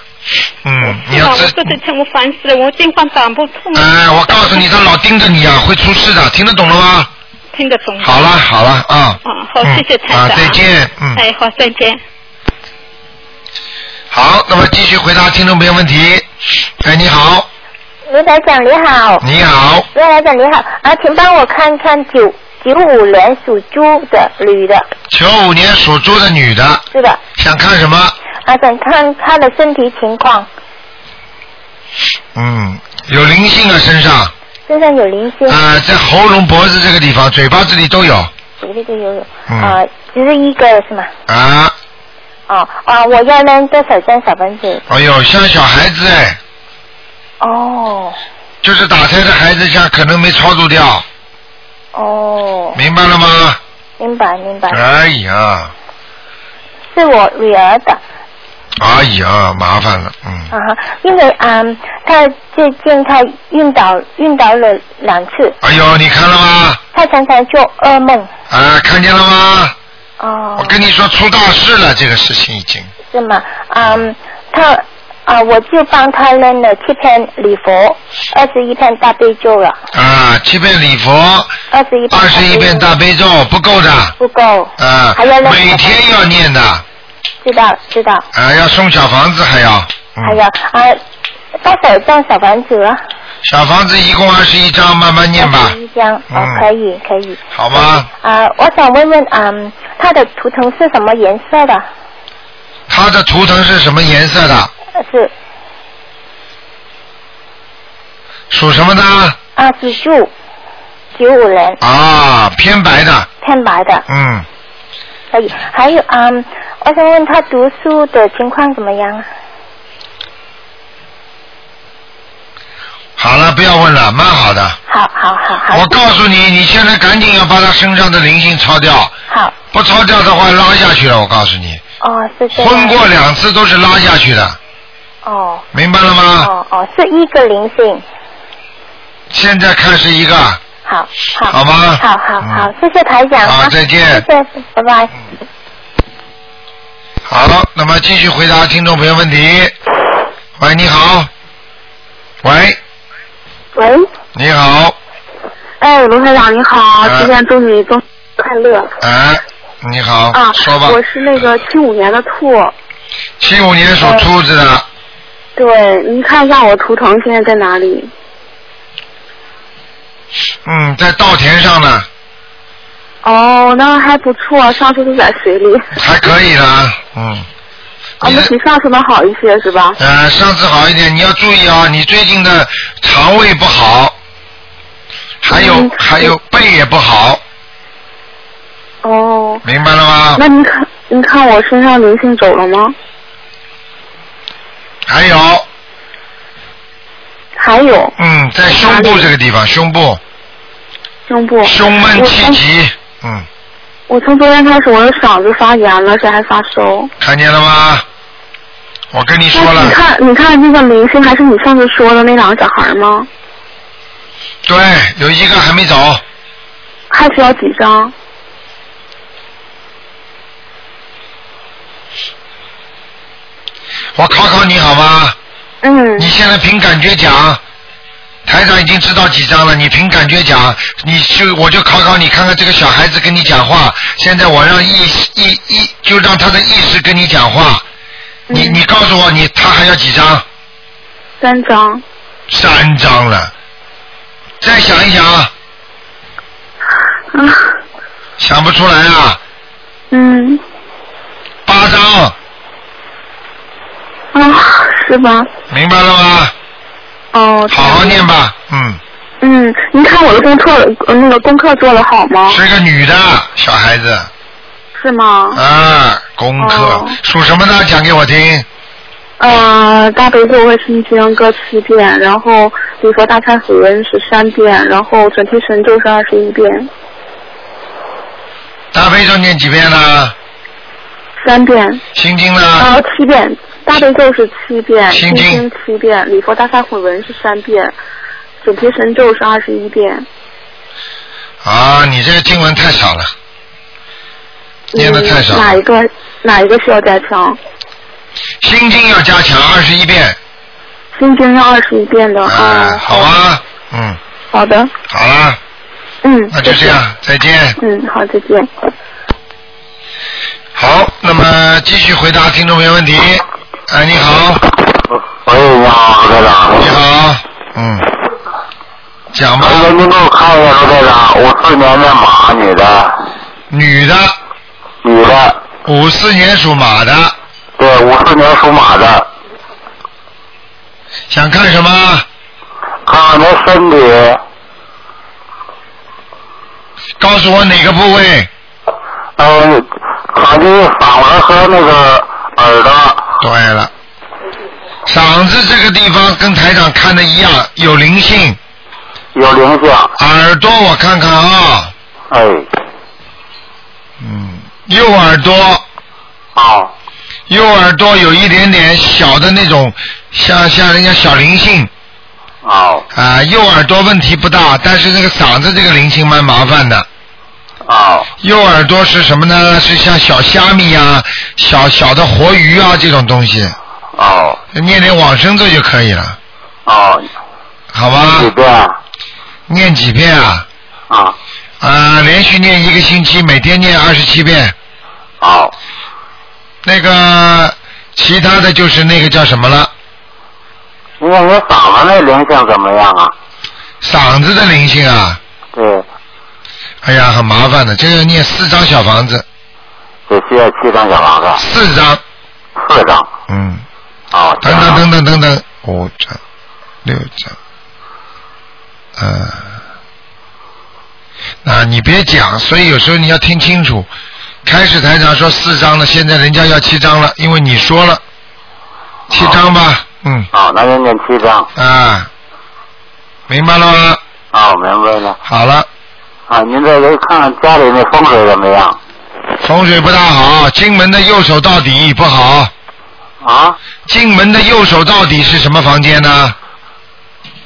[SPEAKER 1] 嗯，你要
[SPEAKER 8] 啊，
[SPEAKER 1] 知
[SPEAKER 8] 我这次听我烦死了，我电话打不通，
[SPEAKER 1] 哎，我告诉你，他老盯着你啊，会出事的，听得懂了吗？
[SPEAKER 8] 听得懂。
[SPEAKER 1] 好了好了啊，
[SPEAKER 8] 啊，嗯好，
[SPEAKER 1] 嗯
[SPEAKER 8] 谢谢台
[SPEAKER 1] 啊
[SPEAKER 8] 长。
[SPEAKER 1] 再见嗯
[SPEAKER 8] 哎，好，再见。
[SPEAKER 1] 好，那么继续回答听众朋友问题。哎，你好，
[SPEAKER 9] 卢台长你好，
[SPEAKER 1] 你好，
[SPEAKER 9] 卢台长你好，啊，请帮我看看九九五年属猪的女的，
[SPEAKER 1] 九五年属猪的女的，
[SPEAKER 9] 是的，
[SPEAKER 1] 想看什么？
[SPEAKER 9] 啊，想看她的身体情况，
[SPEAKER 1] 嗯，有灵性啊，身上，
[SPEAKER 9] 身上有灵性，
[SPEAKER 1] 啊，在喉咙、脖子这个地方、嘴巴这里都有，
[SPEAKER 9] 有这个有有，
[SPEAKER 1] 嗯
[SPEAKER 9] 啊，只是一个是吗？
[SPEAKER 1] 啊，
[SPEAKER 9] 哦啊，我要扔多少张小房子？
[SPEAKER 1] 哎呦，像小孩子哎，
[SPEAKER 9] 哦
[SPEAKER 1] 就是打胎的孩子，像可能没超度掉，
[SPEAKER 9] 哦，
[SPEAKER 1] 明白了吗？
[SPEAKER 9] 明白明白，
[SPEAKER 1] 哎呀，
[SPEAKER 9] 是我女儿的
[SPEAKER 1] 哎呀，麻烦了，嗯，
[SPEAKER 9] 啊哈，因为嗯，她最近她晕倒晕倒了两次，
[SPEAKER 1] 哎呦，你看了吗？
[SPEAKER 9] 她常常做噩梦，
[SPEAKER 1] 啊，看见了吗？
[SPEAKER 9] 哦
[SPEAKER 1] 我。跟你说出大事了，这个事情已经。
[SPEAKER 9] 是吗？嗯，他啊、我就帮他扔了七篇礼佛，二十一篇大悲咒了，
[SPEAKER 1] 啊，七遍礼佛，
[SPEAKER 9] 二十一
[SPEAKER 1] 二十一遍大悲咒不够的，
[SPEAKER 9] 不够，
[SPEAKER 1] 啊
[SPEAKER 9] 还要，那个
[SPEAKER 1] 每天要念的，
[SPEAKER 9] 知道知道，
[SPEAKER 1] 啊，要送小房子还要，
[SPEAKER 9] 还有
[SPEAKER 1] 嗯，
[SPEAKER 9] 啊，多少张小房子啊？
[SPEAKER 1] 小房子一共二十一张，慢慢念吧
[SPEAKER 9] 21，张哦
[SPEAKER 1] 嗯，
[SPEAKER 9] 可以可以。
[SPEAKER 1] 好吗？
[SPEAKER 9] 啊、我想问问，嗯，它的图腾是什么颜色的？
[SPEAKER 1] 它的图腾是什么颜色的？
[SPEAKER 9] 呃是
[SPEAKER 1] 属什么的？
[SPEAKER 9] 啊，是猪，九五年，
[SPEAKER 1] 啊，偏白的，
[SPEAKER 9] 偏白的，
[SPEAKER 1] 嗯，
[SPEAKER 9] 可以。还有，嗯，我想问他读书的情况怎么样啊？
[SPEAKER 1] 好了，不要问了，蛮好的。
[SPEAKER 9] 好好好好。
[SPEAKER 1] 我告诉你，你现在赶紧要把他身上的灵性抄掉，
[SPEAKER 9] 好，
[SPEAKER 1] 不抄掉的话拉下去了。我告诉你，
[SPEAKER 9] 哦，是
[SPEAKER 7] 啊
[SPEAKER 9] 这样。
[SPEAKER 1] 昏过两次都是拉下去的，
[SPEAKER 9] 哦
[SPEAKER 1] 明白了吗？
[SPEAKER 9] 哦哦，是一个灵性。
[SPEAKER 1] 现在看是一个，
[SPEAKER 9] 好，好，
[SPEAKER 1] 好吗嗯
[SPEAKER 9] 好好好，谢谢台长
[SPEAKER 1] 好
[SPEAKER 9] 啊，
[SPEAKER 1] 再见嗯
[SPEAKER 9] 谢谢，拜拜。
[SPEAKER 1] 好，那么继续回答听众朋友问题。喂，你好。喂，
[SPEAKER 7] 喂，
[SPEAKER 1] 你好。
[SPEAKER 7] 哎，卢台长你好，
[SPEAKER 1] 哎
[SPEAKER 7] 提前祝你中秋快乐
[SPEAKER 10] 哦
[SPEAKER 1] 哎，你好，
[SPEAKER 7] 啊！
[SPEAKER 1] 说吧。
[SPEAKER 7] 我是那个七五年的兔，
[SPEAKER 1] 七五年属兔子的，
[SPEAKER 7] 对，您看一下我图腾现在在哪里？
[SPEAKER 1] 嗯，在稻田上呢，
[SPEAKER 7] 哦，那还不错，上次是在水里，
[SPEAKER 1] 还可以啦，嗯。
[SPEAKER 7] 啊，
[SPEAKER 1] 你
[SPEAKER 7] 那
[SPEAKER 1] 的
[SPEAKER 7] 比上次能好一些是吧？
[SPEAKER 1] 呃，上次好一点，你要注意啊，你最近的肠胃不好，还有、
[SPEAKER 7] 嗯
[SPEAKER 1] 还有背也不好，
[SPEAKER 7] 哦，
[SPEAKER 1] 明白了吗？
[SPEAKER 7] 那您看，您看我身上灵性走了吗？
[SPEAKER 1] 还有，
[SPEAKER 7] 还有
[SPEAKER 1] 嗯，在胸部这个地方，胸部
[SPEAKER 7] 胸部，
[SPEAKER 1] 胸闷气
[SPEAKER 7] 我从
[SPEAKER 1] 急，嗯，
[SPEAKER 7] 我从昨天开始我的嗓子发炎了，而且还发烧。
[SPEAKER 1] 看见了吗？我跟你说
[SPEAKER 7] 那你
[SPEAKER 1] 了，
[SPEAKER 7] 看，你看那个灵性还是你上次说的那两个小孩吗？
[SPEAKER 1] 对，有一个还没走，
[SPEAKER 7] 还需要几张？
[SPEAKER 1] 我考考你好吗？
[SPEAKER 7] 嗯
[SPEAKER 1] 你，现在凭感觉讲，台长已经知道几张了，你凭感觉讲，你就我就考考你，看看这个小孩子跟你讲话。现在我让意意意，就让他的意识跟你讲话。
[SPEAKER 7] 嗯
[SPEAKER 1] 你你告诉我，你他还要几张？
[SPEAKER 7] 三张。
[SPEAKER 1] 三张了。再想一想，
[SPEAKER 7] 啊，
[SPEAKER 1] 想不出来啊，
[SPEAKER 7] 嗯，
[SPEAKER 1] 八张，
[SPEAKER 7] 啊，是吧？
[SPEAKER 1] 明白了吗？
[SPEAKER 7] 哦，
[SPEAKER 1] 好好念吧，嗯，
[SPEAKER 7] 嗯，您看我的功课，呃那个功课做的好
[SPEAKER 9] 哦
[SPEAKER 7] 吗？
[SPEAKER 1] 是一个女的小孩子
[SPEAKER 7] 是
[SPEAKER 9] 哦
[SPEAKER 7] 吗？
[SPEAKER 1] 啊，功课
[SPEAKER 7] 哦
[SPEAKER 1] 属什么呢？讲给我听。
[SPEAKER 7] 呃，大悲咒为心经各七遍，然后比如说大忏悔文是三遍，然后准提神咒是二十一遍。
[SPEAKER 1] 大悲咒念几遍呢？
[SPEAKER 9] 三遍。
[SPEAKER 1] 心经呢？
[SPEAKER 9] 然
[SPEAKER 7] 呃
[SPEAKER 9] 后七遍，大悲咒是七遍，
[SPEAKER 1] 啊心经
[SPEAKER 9] 经七遍，礼佛大忏悔文是三遍，准提神咒是二十一遍。
[SPEAKER 1] 啊，你这个经文太少了，念的太少
[SPEAKER 9] 嗯
[SPEAKER 1] 了。
[SPEAKER 9] 哪一个哪一个需要加强？
[SPEAKER 1] 心经要加强二十一遍，
[SPEAKER 9] 心经是二十一遍的
[SPEAKER 1] 啊，好啊，嗯，
[SPEAKER 9] 哎好的，
[SPEAKER 1] 好啦，
[SPEAKER 9] 嗯，
[SPEAKER 1] 那就这样，再见。
[SPEAKER 9] 嗯，好，再见。
[SPEAKER 1] 好，那么继续回答听众朋友问题。哎，你好。
[SPEAKER 10] 喂，你好，罗台长。
[SPEAKER 1] 你好，嗯，讲吧。
[SPEAKER 10] 能哎您给我看一下，罗台长，五四年的马，女的，
[SPEAKER 1] 女的，
[SPEAKER 10] 女的，
[SPEAKER 1] 五四年属马的，
[SPEAKER 10] 对，五四年属马的，
[SPEAKER 1] 想看什么？
[SPEAKER 10] 看看她啊身体，
[SPEAKER 1] 告诉我哪个部位？
[SPEAKER 10] 呃，看这个嗓门和那个耳朵，
[SPEAKER 1] 对了，嗓子这个地方跟台长看的一样，有灵性。
[SPEAKER 10] 有灵性。
[SPEAKER 1] 耳朵我看看啊，
[SPEAKER 10] 哎，
[SPEAKER 1] 嗯，右耳朵，
[SPEAKER 10] 啊，
[SPEAKER 1] 右耳朵有一点点小的那种，像像人家小灵性
[SPEAKER 10] 啊，
[SPEAKER 1] 啊、右耳朵问题不大，但是这个嗓子这个灵性蛮麻烦的。
[SPEAKER 10] 啊，
[SPEAKER 1] 右耳朵是什么呢？是像小虾米啊、小小的活鱼啊这种东西，
[SPEAKER 10] 啊，
[SPEAKER 1] 念点往生咒就可以了，
[SPEAKER 10] 啊，
[SPEAKER 1] 好吧？
[SPEAKER 10] 几遍？
[SPEAKER 1] 念几遍啊？
[SPEAKER 10] 啊，
[SPEAKER 1] 啊，连续念一个星期，每天念二十七遍。
[SPEAKER 10] 啊，
[SPEAKER 1] 那个其他的就是那个叫什么了？
[SPEAKER 10] 您看您嗓子那灵性怎么样啊？
[SPEAKER 1] 嗓子的灵性啊，
[SPEAKER 10] 对，
[SPEAKER 1] 哎呀，很麻烦的，这个念四张小房子，
[SPEAKER 10] 得需要七张小房
[SPEAKER 9] 啊
[SPEAKER 10] 子，
[SPEAKER 1] 四张，
[SPEAKER 10] 四张，
[SPEAKER 1] 嗯，
[SPEAKER 10] 啊，
[SPEAKER 1] 等等等等等等，五张，六张，呃，啊，你别讲，所以有时候你要听清楚。开始台长说四张了，现在人家要七张了，因为你说了七张吧，嗯，
[SPEAKER 10] 啊，那就念七张，
[SPEAKER 1] 啊，明白了吗？
[SPEAKER 10] 啊，我明白了。
[SPEAKER 1] 好了，
[SPEAKER 10] 啊，您再给看看家里那风水怎么样？
[SPEAKER 1] 风水不大好，进门的右手到底不好。
[SPEAKER 10] 啊，
[SPEAKER 1] 进门的右手到底是什么房间呢？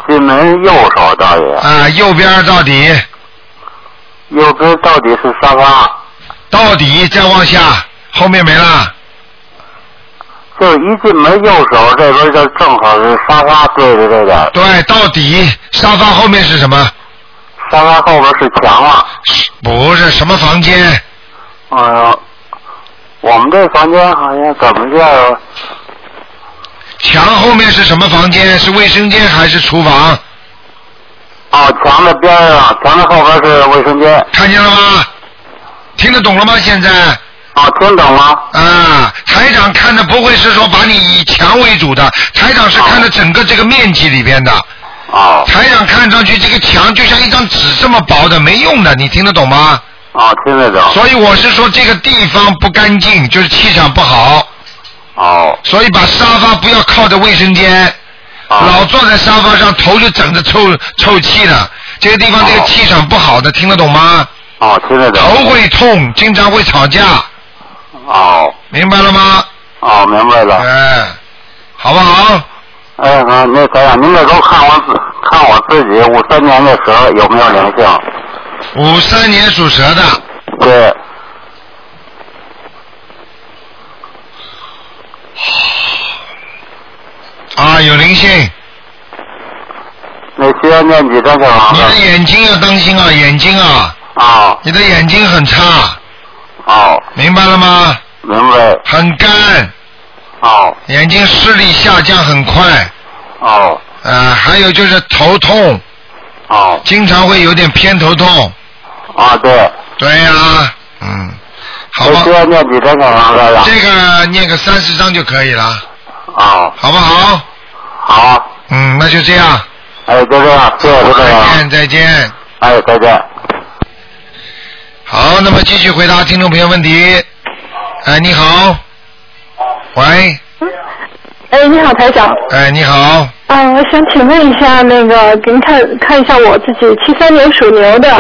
[SPEAKER 10] 进门右手到底，
[SPEAKER 1] 啊，右边到底，
[SPEAKER 10] 右边到底是沙发，
[SPEAKER 1] 到底再往下，后面没了。
[SPEAKER 10] 就是一进门右手这边就正好是沙发对着这个，
[SPEAKER 1] 对，到底沙发后面是什么？
[SPEAKER 10] 沙发后边是墙了。
[SPEAKER 1] 是不是什么房间？
[SPEAKER 10] 哎呀，我们这房间好像怎么叫
[SPEAKER 1] 墙后面是什么房间？是卫生间还是厨房？
[SPEAKER 10] 哦，墙的边儿上，墙的后边是卫生间。
[SPEAKER 1] 看见了吗？听得懂了吗？现在
[SPEAKER 10] 啊，听懂吗？
[SPEAKER 1] 啊，台长看的不会是说把你以墙为主的，台长是看的整个这个面积里边的。
[SPEAKER 10] 哦，
[SPEAKER 1] 台长看上去这个墙就像一张纸这么薄的，没用的，你听得懂吗？
[SPEAKER 10] 哦，听得懂。
[SPEAKER 1] 所以我是说这个地方不干净，就是气场不好，
[SPEAKER 10] 哦，
[SPEAKER 1] 所以把沙发不要靠着卫生间，
[SPEAKER 10] 哦
[SPEAKER 1] 老坐在沙发上头就整着臭臭气的，这个地方这个
[SPEAKER 10] 哦
[SPEAKER 1] 气场不好的，听得懂吗？
[SPEAKER 10] 哦，听得懂。
[SPEAKER 1] 头会痛，经常会吵架，
[SPEAKER 10] 哦，
[SPEAKER 1] 明白了吗？
[SPEAKER 10] 哦，明白了。
[SPEAKER 1] 哎，好不好？
[SPEAKER 10] 哎，那那咱俩，您这都看我自看我自己五三年的蛇有没有灵性？
[SPEAKER 1] 五三年属蛇的，
[SPEAKER 10] 对，
[SPEAKER 1] 啊，有灵性，
[SPEAKER 10] 那需要念几张小房
[SPEAKER 1] 你的
[SPEAKER 10] 子？
[SPEAKER 1] 眼睛要当心啊，眼睛啊，
[SPEAKER 10] 哦
[SPEAKER 1] 你的眼睛很差，
[SPEAKER 10] 哦，
[SPEAKER 1] 明白了吗？
[SPEAKER 10] 明白。
[SPEAKER 1] 很干，
[SPEAKER 10] 哦
[SPEAKER 1] 眼睛视力下降很快，
[SPEAKER 10] 哦
[SPEAKER 1] 呃，还有就是头痛，
[SPEAKER 10] 哦
[SPEAKER 1] 经常会有点偏头痛。
[SPEAKER 10] 啊，对，
[SPEAKER 1] 对呀、嗯，好
[SPEAKER 10] 那
[SPEAKER 1] 吧
[SPEAKER 10] 需，要念几张小房子了？
[SPEAKER 1] 这个念个三十章就可以了，
[SPEAKER 10] 哦，
[SPEAKER 1] 好不好？
[SPEAKER 10] 好，
[SPEAKER 1] 嗯，那就这样，
[SPEAKER 10] 哎，就这样，谢谢大
[SPEAKER 1] 再
[SPEAKER 10] 家
[SPEAKER 1] 见，，再见。
[SPEAKER 10] 哎，再见。
[SPEAKER 1] 好，那么继续回答听众朋友问题。哎，你好，喂，
[SPEAKER 7] 哎，你好，台长。
[SPEAKER 1] 哎，你好，
[SPEAKER 7] 嗯，我想请问一下，那个，给您看看一下我自己，七三年属牛的，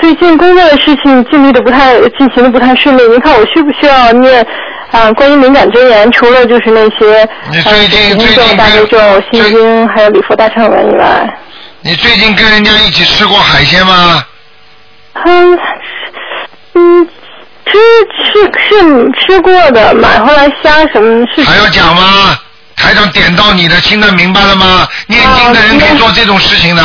[SPEAKER 7] 最近工作的事情进行的不太进行的不太顺利，您看我需不需要念啊、关于灵感真言，除了就是那些
[SPEAKER 1] 你最近
[SPEAKER 7] 呃、
[SPEAKER 1] 最
[SPEAKER 7] 咒、
[SPEAKER 1] 近
[SPEAKER 7] 大悲咒、心经，还有礼佛大忏悔文以外，
[SPEAKER 1] 你最近跟人家一起吃过海鲜 吗？
[SPEAKER 7] 嗯嗯，吃吃是吃过的，买回来虾什么是
[SPEAKER 1] 还要讲吗？台长点到你的，听得明白了吗？念经的人可以做这种事情的。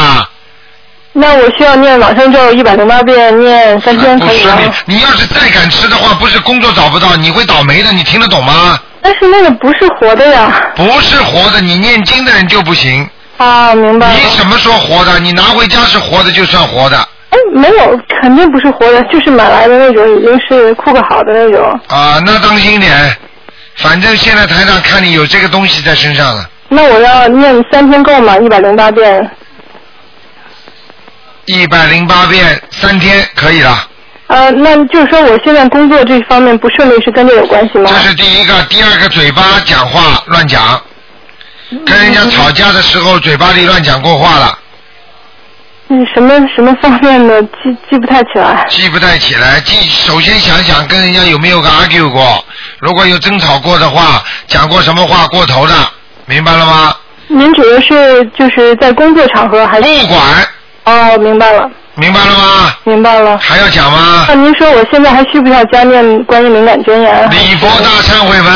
[SPEAKER 7] 那我需要念往生咒一百零八遍，念三千
[SPEAKER 1] 不
[SPEAKER 7] 嗯可以啊
[SPEAKER 1] 是
[SPEAKER 7] 吗？
[SPEAKER 1] 你，你要是再敢吃的话，不是工作找不到，你会倒霉的，你听得懂吗？
[SPEAKER 7] 但是那个不是活的呀。
[SPEAKER 1] 不是活的，你念经的人就不行。
[SPEAKER 7] 啊，明白了。
[SPEAKER 1] 你什么时候活的？你拿回家是活的就算活的
[SPEAKER 7] 哎，没有，肯定不是活的，就是买来的那种，已经是酷个好的那种。
[SPEAKER 1] 啊，那当心点。反正现在台上看你有这个东西在身上了，
[SPEAKER 7] 那我要念三天够吗？一百零八遍。
[SPEAKER 1] 一百零八遍三天可以了。
[SPEAKER 7] 呃，那就是说我现在工作这方面不顺利是跟这有关系吗？
[SPEAKER 1] 这是第一个，第二个嘴巴讲话乱讲，跟人家吵架的时候嘴巴里乱讲过话了，
[SPEAKER 7] 嗯，什么什么方面的记记不太起来。
[SPEAKER 1] 记不太起来。记首先想想跟人家有没有个 argue 过，如果有争吵过的话，讲过什么话过头的，明白了吗？
[SPEAKER 7] 您指的是就是在工作场合还是？
[SPEAKER 1] 不管。哎
[SPEAKER 7] 哦，明白了。
[SPEAKER 1] 明白了吗？
[SPEAKER 7] 明白了。
[SPEAKER 1] 还要讲吗？
[SPEAKER 7] 那您说我现在还需不需要加念关于灵感真言？
[SPEAKER 1] 礼佛大忏悔文。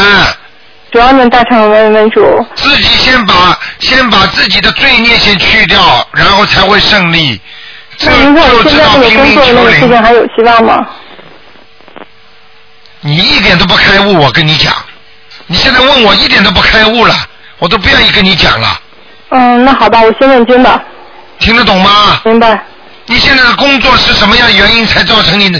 [SPEAKER 7] 主要念大忏悔文为主。
[SPEAKER 1] 自己先把先把自己的罪孽先去掉，然后才会胜利。这
[SPEAKER 7] 那您看嗯我
[SPEAKER 1] 就知
[SPEAKER 7] 现在
[SPEAKER 1] 道
[SPEAKER 7] 这个
[SPEAKER 1] 拼
[SPEAKER 7] 工
[SPEAKER 1] 命求
[SPEAKER 7] 作的那个事情
[SPEAKER 1] 灵。
[SPEAKER 7] 还有希望吗？
[SPEAKER 1] 你一点都不开悟，我跟你讲，你现在问我一点都不开悟了，我都不愿意跟你讲了。
[SPEAKER 7] 嗯，那好吧，我先念经吧。
[SPEAKER 1] 听得懂吗？
[SPEAKER 7] 明白。
[SPEAKER 1] 你现在的工作是什么样的原因才造成你的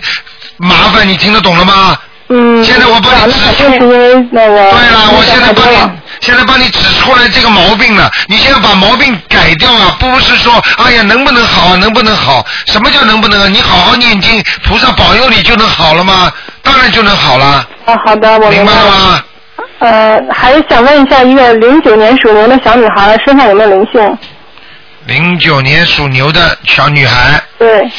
[SPEAKER 1] 麻烦？你听得懂了吗？
[SPEAKER 7] 嗯。
[SPEAKER 1] 现在我帮你指出。
[SPEAKER 7] 因为那个。
[SPEAKER 1] 对了，我现在帮你，现在帮你指出来这个毛病了。你现在把毛病改掉啊，不是说哎呀能不能好啊，能不能好？什么叫能不能啊？你好好念经，菩萨保佑你就能好了吗？当然就能好了。
[SPEAKER 7] 啊，好的，我明白了。呃，还想问一下，一个零九年属牛的小女孩身上有没有灵性？
[SPEAKER 1] 零九年属牛的小女孩，
[SPEAKER 7] 对，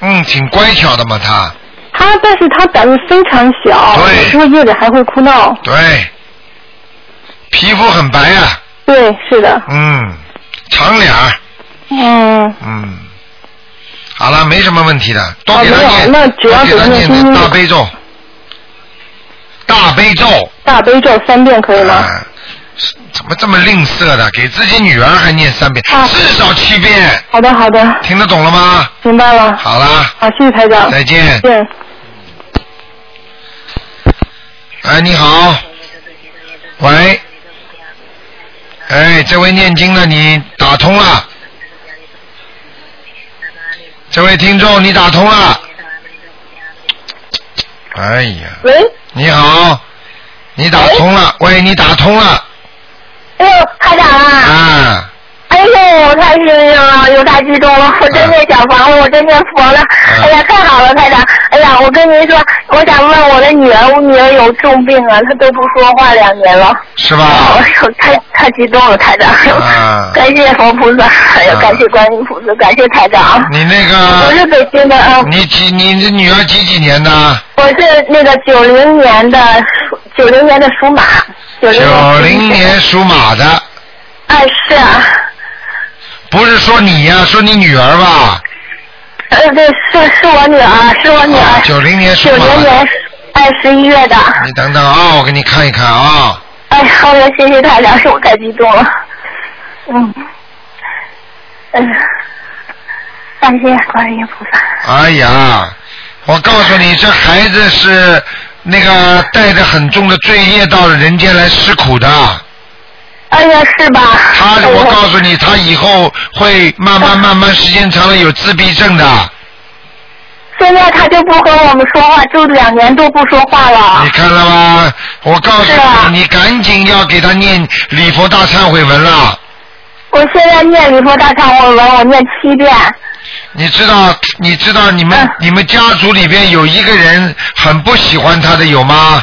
[SPEAKER 1] 嗯，挺乖巧的嘛，她。
[SPEAKER 7] 她，但是她胆子非常小，有时候夜里还会哭闹。
[SPEAKER 1] 对，皮肤很白啊，
[SPEAKER 7] 对，是的，
[SPEAKER 1] 嗯，长脸儿，
[SPEAKER 7] 嗯，
[SPEAKER 1] 嗯，好了，没什么问题的，多给他
[SPEAKER 7] 啊没有
[SPEAKER 1] 念，
[SPEAKER 7] 那只
[SPEAKER 1] 多
[SPEAKER 7] 要
[SPEAKER 1] 给他
[SPEAKER 7] 给他
[SPEAKER 1] 念
[SPEAKER 7] 念心经
[SPEAKER 1] 大悲咒，大悲咒，
[SPEAKER 7] 大悲咒三遍可以吗？
[SPEAKER 1] 啊怎么这么吝啬的？给自己女儿还念三遍，
[SPEAKER 7] 啊
[SPEAKER 1] 至少七遍，
[SPEAKER 7] 好的，好的，
[SPEAKER 1] 听得懂了吗？
[SPEAKER 7] 明白了。
[SPEAKER 1] 好啦，
[SPEAKER 7] 好，谢谢台长。
[SPEAKER 1] 再见
[SPEAKER 7] 再见。
[SPEAKER 1] 哎，你好，喂，哎，这位念经的你打通了，这位听众你打通了，哎呀，
[SPEAKER 3] 喂，
[SPEAKER 1] 你好，你打通了，喂，你打通了，
[SPEAKER 3] 哎呦，台长啊！
[SPEAKER 1] 啊，
[SPEAKER 3] 哎呦，我太是啊，又太激动了，我真念小房了，我真念佛
[SPEAKER 1] 啊
[SPEAKER 3] 了，哎呀，太好了，台长！哎呀，我跟您说，我想问我的女儿，我女儿有重病啊，她都不说话两年了。
[SPEAKER 1] 是吧？
[SPEAKER 3] 哎呦，太太激动了，台长！
[SPEAKER 1] 啊，
[SPEAKER 3] 感谢佛菩萨，哎呀，感谢观音菩萨，感谢台长。
[SPEAKER 1] 你那
[SPEAKER 3] 我
[SPEAKER 1] 个，
[SPEAKER 3] 是北京的啊，
[SPEAKER 1] 你几，你的女儿几几年的？
[SPEAKER 3] 我是那个九零年的属，九零年的属马，九零
[SPEAKER 1] 九零年属马的，
[SPEAKER 3] 哎是啊，
[SPEAKER 1] 不是说你呀、说你女儿吧？
[SPEAKER 3] 呃对，是是我女儿，是我女儿，
[SPEAKER 1] 啊九零年属
[SPEAKER 3] 九
[SPEAKER 1] 马
[SPEAKER 3] 零
[SPEAKER 1] 的，
[SPEAKER 3] 年哎十一月的，
[SPEAKER 1] 你等等啊，我给你看一看啊，
[SPEAKER 3] 哎好的，谢谢台长，是我太激动了，嗯，嗯，感谢观音菩萨，
[SPEAKER 1] 哎呀，我告诉你，这孩子是那个带着很重的罪业到人间来吃苦的。
[SPEAKER 3] 哎呀，是吧？
[SPEAKER 1] 他，我告诉你，他以后会慢慢慢慢，时间长了有自闭症的。
[SPEAKER 3] 啊现在她就不和我们说话，就两年多不说话了，
[SPEAKER 1] 你看了吗？我告诉
[SPEAKER 3] 啊
[SPEAKER 1] 你，你赶紧要给他念礼佛大忏悔文了。
[SPEAKER 3] 我现在念礼佛大忏悔文，我念七遍，嗯
[SPEAKER 1] 你知道，你知道你们、你们家族里边有一个人很不喜欢他的有吗？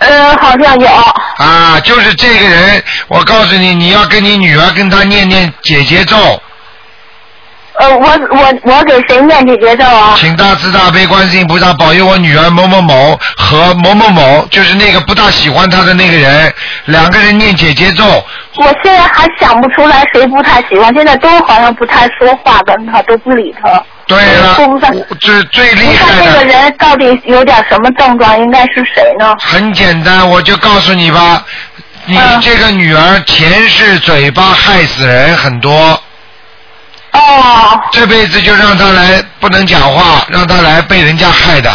[SPEAKER 1] 嗯
[SPEAKER 3] 呃，好像有。
[SPEAKER 1] 啊，就是这个人，我告诉你，你要跟你女儿跟他念念姐姐咒。
[SPEAKER 3] 呃，我我我给谁念这节奏啊？
[SPEAKER 1] 请大慈大悲观世音菩萨保佑我女儿某某某和某某某，就是那个不大喜欢她的那个人，两个人念姐姐咒，
[SPEAKER 3] 我现在还想不出来谁不太喜欢，现在都好像不太说话，跟他都不理他。
[SPEAKER 1] 对了，
[SPEAKER 3] 说不上。
[SPEAKER 1] 最最厉害
[SPEAKER 3] 那这
[SPEAKER 1] 的
[SPEAKER 3] 个人到底有点什么症状？应该是谁呢？
[SPEAKER 1] 很简单，我就告诉你吧，你这个女儿前世嘴巴害死人很多。
[SPEAKER 3] 哦。
[SPEAKER 1] 这辈子就让她来不能讲话，让她来被人家害的。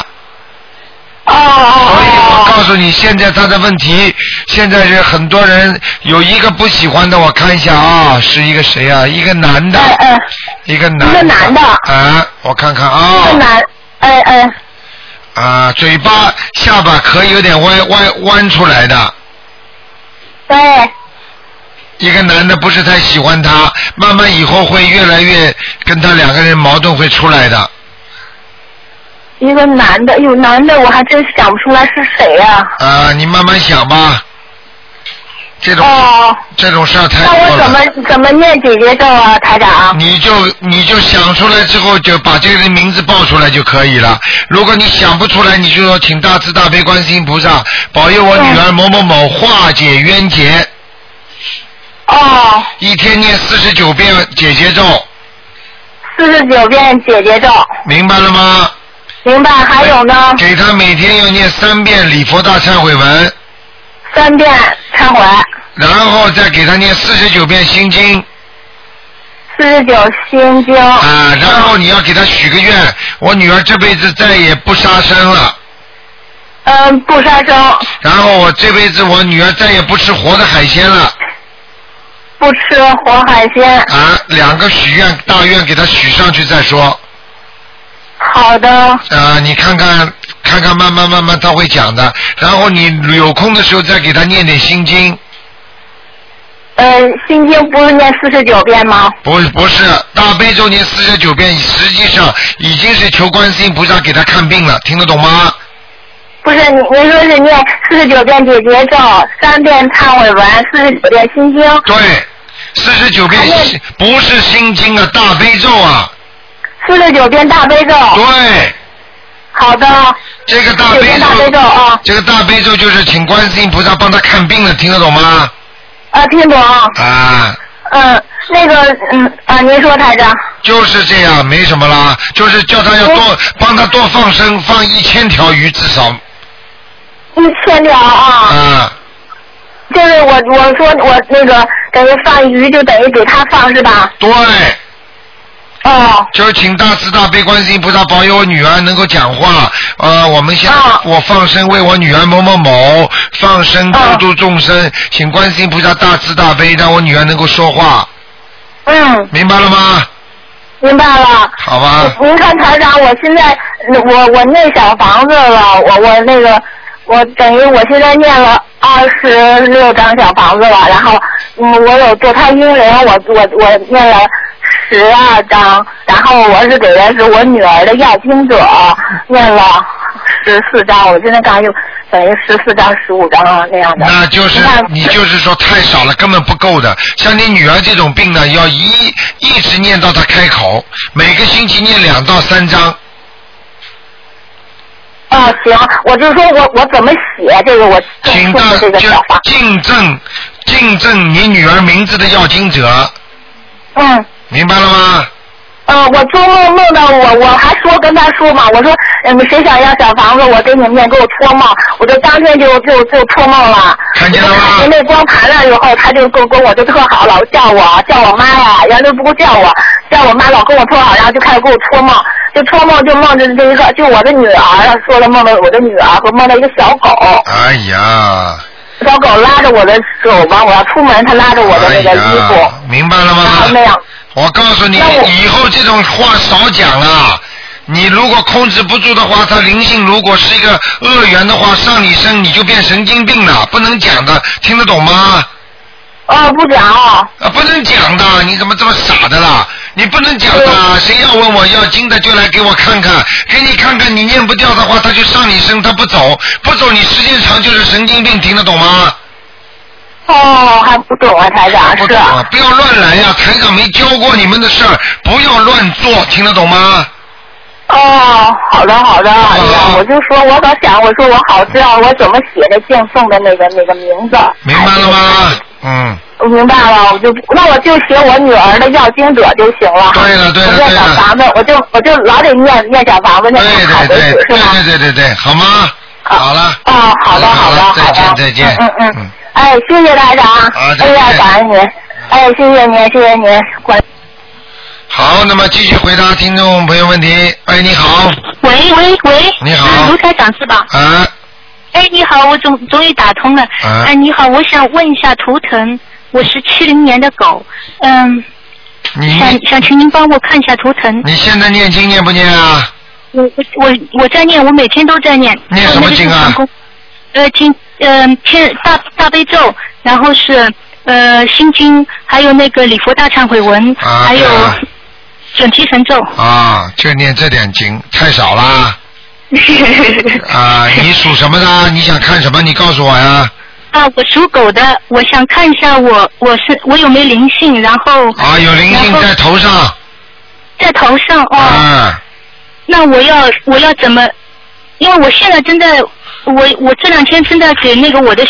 [SPEAKER 3] 哎
[SPEAKER 1] 哦。所以我告诉你，现在她的问题，现在是很多人有一个不喜欢的，我看一下啊，是一个谁啊？一个男的。
[SPEAKER 3] 哎
[SPEAKER 1] 一个男。一个男的。啊，我看看啊。
[SPEAKER 3] 一个男，哎哎。
[SPEAKER 1] 啊，嘴巴下巴壳有点歪歪弯出来的。
[SPEAKER 3] 对。
[SPEAKER 1] 一个男的不是太喜欢她，慢慢以后会越来越跟她两个人矛盾会出来的。
[SPEAKER 3] 一个男的，有男的，我还真想不出来是谁呀、
[SPEAKER 1] 啊，你慢慢想吧。这种、
[SPEAKER 3] 哦
[SPEAKER 1] 这种事儿太
[SPEAKER 3] 那
[SPEAKER 1] 多
[SPEAKER 3] 我
[SPEAKER 1] 了。
[SPEAKER 3] 怎么怎么念姐姐咒啊，台长？
[SPEAKER 1] 你就你就想出来之后，就把这个人名字报出来就可以了。如果你想不出来，你就说请大慈大悲观世音菩萨保佑我女儿某某某化解冤结。
[SPEAKER 3] 哦。
[SPEAKER 1] 一天念四十九遍解结咒，
[SPEAKER 3] 四十九遍姐姐咒，
[SPEAKER 1] 明白了吗？
[SPEAKER 3] 明白。还有呢？
[SPEAKER 1] 给他每天要念三遍礼佛大忏悔文，
[SPEAKER 3] 三遍忏悔，
[SPEAKER 1] 然后再给他念四十九遍心经。
[SPEAKER 3] 四十九心经。
[SPEAKER 1] 啊，然后你要给他许个愿，我女儿这辈子再也不杀生了。
[SPEAKER 3] 嗯，不杀生。
[SPEAKER 1] 然后我这辈子我女儿再也不吃活的海鲜了。
[SPEAKER 3] 不吃活海鲜。
[SPEAKER 1] 啊，两个许愿大愿给她许上去再说。
[SPEAKER 3] 好的。
[SPEAKER 1] 啊，你看看看看，慢慢慢慢她会讲的。然后你有空的时候再给她念点心经，
[SPEAKER 3] 呃，心经不是念四十九遍吗？
[SPEAKER 1] 不不是大悲咒念四十九遍，实际上已经是求观世音菩萨给她看病了，听得懂吗？
[SPEAKER 3] 不是，您您说是念四十九遍解结咒，三遍忏悔文，四十九遍心经。
[SPEAKER 1] 对，四十九遍心不是心经啊，大悲咒啊。
[SPEAKER 3] 四十九遍大悲咒。
[SPEAKER 1] 哦对。
[SPEAKER 3] 好的。
[SPEAKER 1] 这个大悲咒。大悲咒啊。这个大悲咒就是请观世音菩萨帮他看病的，听得懂吗？
[SPEAKER 3] 啊，听懂。
[SPEAKER 1] 啊，
[SPEAKER 3] 嗯，那个，嗯啊，您说台长。
[SPEAKER 1] 就是这样，没什么啦，就是叫他要多帮他多放生，放一千条鱼至少。
[SPEAKER 3] 一千条啊。
[SPEAKER 1] 啊。
[SPEAKER 3] 就是我我说我那个等于放鱼就等于给他放是吧？
[SPEAKER 1] 对。
[SPEAKER 3] 哦。
[SPEAKER 1] 就请大慈大悲观世音菩萨保佑我女儿能够讲话。呃，我们现在、我放生为我女儿某某某放生救度众生，请观世音菩萨大慈大悲，让我女儿能够说话。
[SPEAKER 3] 嗯。
[SPEAKER 1] 明白了吗？
[SPEAKER 3] 明白了。
[SPEAKER 1] 好吧。
[SPEAKER 3] 您看台长，我现在我我那小房子了，我我那个我等于我现在念了二十六张小房子了，然后嗯，我有堕胎婴灵，我我我念了十二张，然后我是给的是我女儿的要经者，念了十四张，我现在大约等于十四张十五张啊那样的。
[SPEAKER 1] 那就是你就是说太少了，根本不够的。像你女儿这种病呢，要一一直念到她开口，每个星期念两到三章。
[SPEAKER 3] 啊，行，我就说我我怎么写这个我
[SPEAKER 1] 请大就敬正敬正你女儿名字的要经者，
[SPEAKER 3] 嗯。
[SPEAKER 1] 明白了吗？
[SPEAKER 3] 呃，我做梦梦到我，我还说跟他说嘛，我说嗯，谁想要小房子，我给你念，给我托梦，我就当天就就就托梦了。
[SPEAKER 1] 看见
[SPEAKER 3] 了吗？看见那光盘了以后，他就跟跟我就特好，老叫我叫我妈呀，原来不叫我叫我妈，老跟我特好，然后就开始给我托梦，就托梦就梦着这一个，就我的女儿，说了梦到我的女儿和梦到一个小狗，
[SPEAKER 1] 哎呀，
[SPEAKER 3] 小狗拉着我的手嘛，我要出门，它拉着我的那个衣服，
[SPEAKER 1] 哎明白了吗？
[SPEAKER 3] 然后那样。
[SPEAKER 1] 我告诉你，以后这种话少讲了。你如果控制不住的话，它灵性如果是一个恶缘的话，上你身你就变神经病了，不能讲的，听得懂吗？
[SPEAKER 3] 哦，不讲哦。
[SPEAKER 1] 啊，不能讲的，你怎么这么傻的啦？你不能讲的，
[SPEAKER 3] 啊
[SPEAKER 1] 谁要问我要经的就来给我看看，给你看看，你念不掉的话，它就上你身，它不走，不走你时间长就是神经病，听得懂吗？
[SPEAKER 3] 哦，还不懂啊，台长是啊。
[SPEAKER 1] 啊，不要乱来呀、台长没教过你们的事儿，不要乱做，听得懂吗？
[SPEAKER 3] 哦，好的好的，哎呀，我就说我可想，我说我好知道我怎么写的敬送的那个那个名字。
[SPEAKER 1] 明白了
[SPEAKER 3] 哎
[SPEAKER 1] 吗？嗯，
[SPEAKER 3] 我明白了，我就那我就写我女儿的要经者就行了。对
[SPEAKER 1] 了对了
[SPEAKER 3] 我念小房子，我就我就老得念念小房子，念
[SPEAKER 1] 对
[SPEAKER 3] 好
[SPEAKER 1] 对
[SPEAKER 3] 为
[SPEAKER 1] 对
[SPEAKER 3] 止是
[SPEAKER 1] 对
[SPEAKER 3] 吧？
[SPEAKER 1] 对对对对，好吗？好了，
[SPEAKER 3] 哦，好的好的好
[SPEAKER 1] 再见
[SPEAKER 3] 的，
[SPEAKER 1] 再见。
[SPEAKER 3] 嗯嗯嗯，哎，谢谢台长，哎呀，感恩您，哎，谢谢您，谢谢您，关。
[SPEAKER 1] 好，那么继续回答听众朋友问题。哎，你好，
[SPEAKER 7] 喂喂喂，
[SPEAKER 1] 你好
[SPEAKER 7] 啊卢台长是吧？
[SPEAKER 1] 啊，
[SPEAKER 7] 哎，你好，我终终于打通了。
[SPEAKER 1] 啊
[SPEAKER 7] 哎，你好，我想问一下图腾，我是七零年的狗，嗯，
[SPEAKER 1] 你
[SPEAKER 7] 想想请您帮我看一下图腾。
[SPEAKER 1] 你现在念经念不念啊？
[SPEAKER 7] 我我我我在念，我每天都在念。
[SPEAKER 1] 念什么经啊
[SPEAKER 7] 我那个是上空？呃，经，嗯、天大大悲咒，然后是呃心经，还有那个礼佛大忏悔文，
[SPEAKER 1] 啊
[SPEAKER 7] 还有准提神咒。
[SPEAKER 1] 啊，就念这点经，太少啦。啊，你属什么的？你想看什么？你告诉我呀。
[SPEAKER 7] 啊，我属狗的，我想看一下我我是我有没有灵性，然后
[SPEAKER 1] 啊，有灵性在头上。
[SPEAKER 7] 在头上哦。
[SPEAKER 1] 啊。
[SPEAKER 7] 那我要我要怎么？因为我现在正在我我这两天正在给那个我的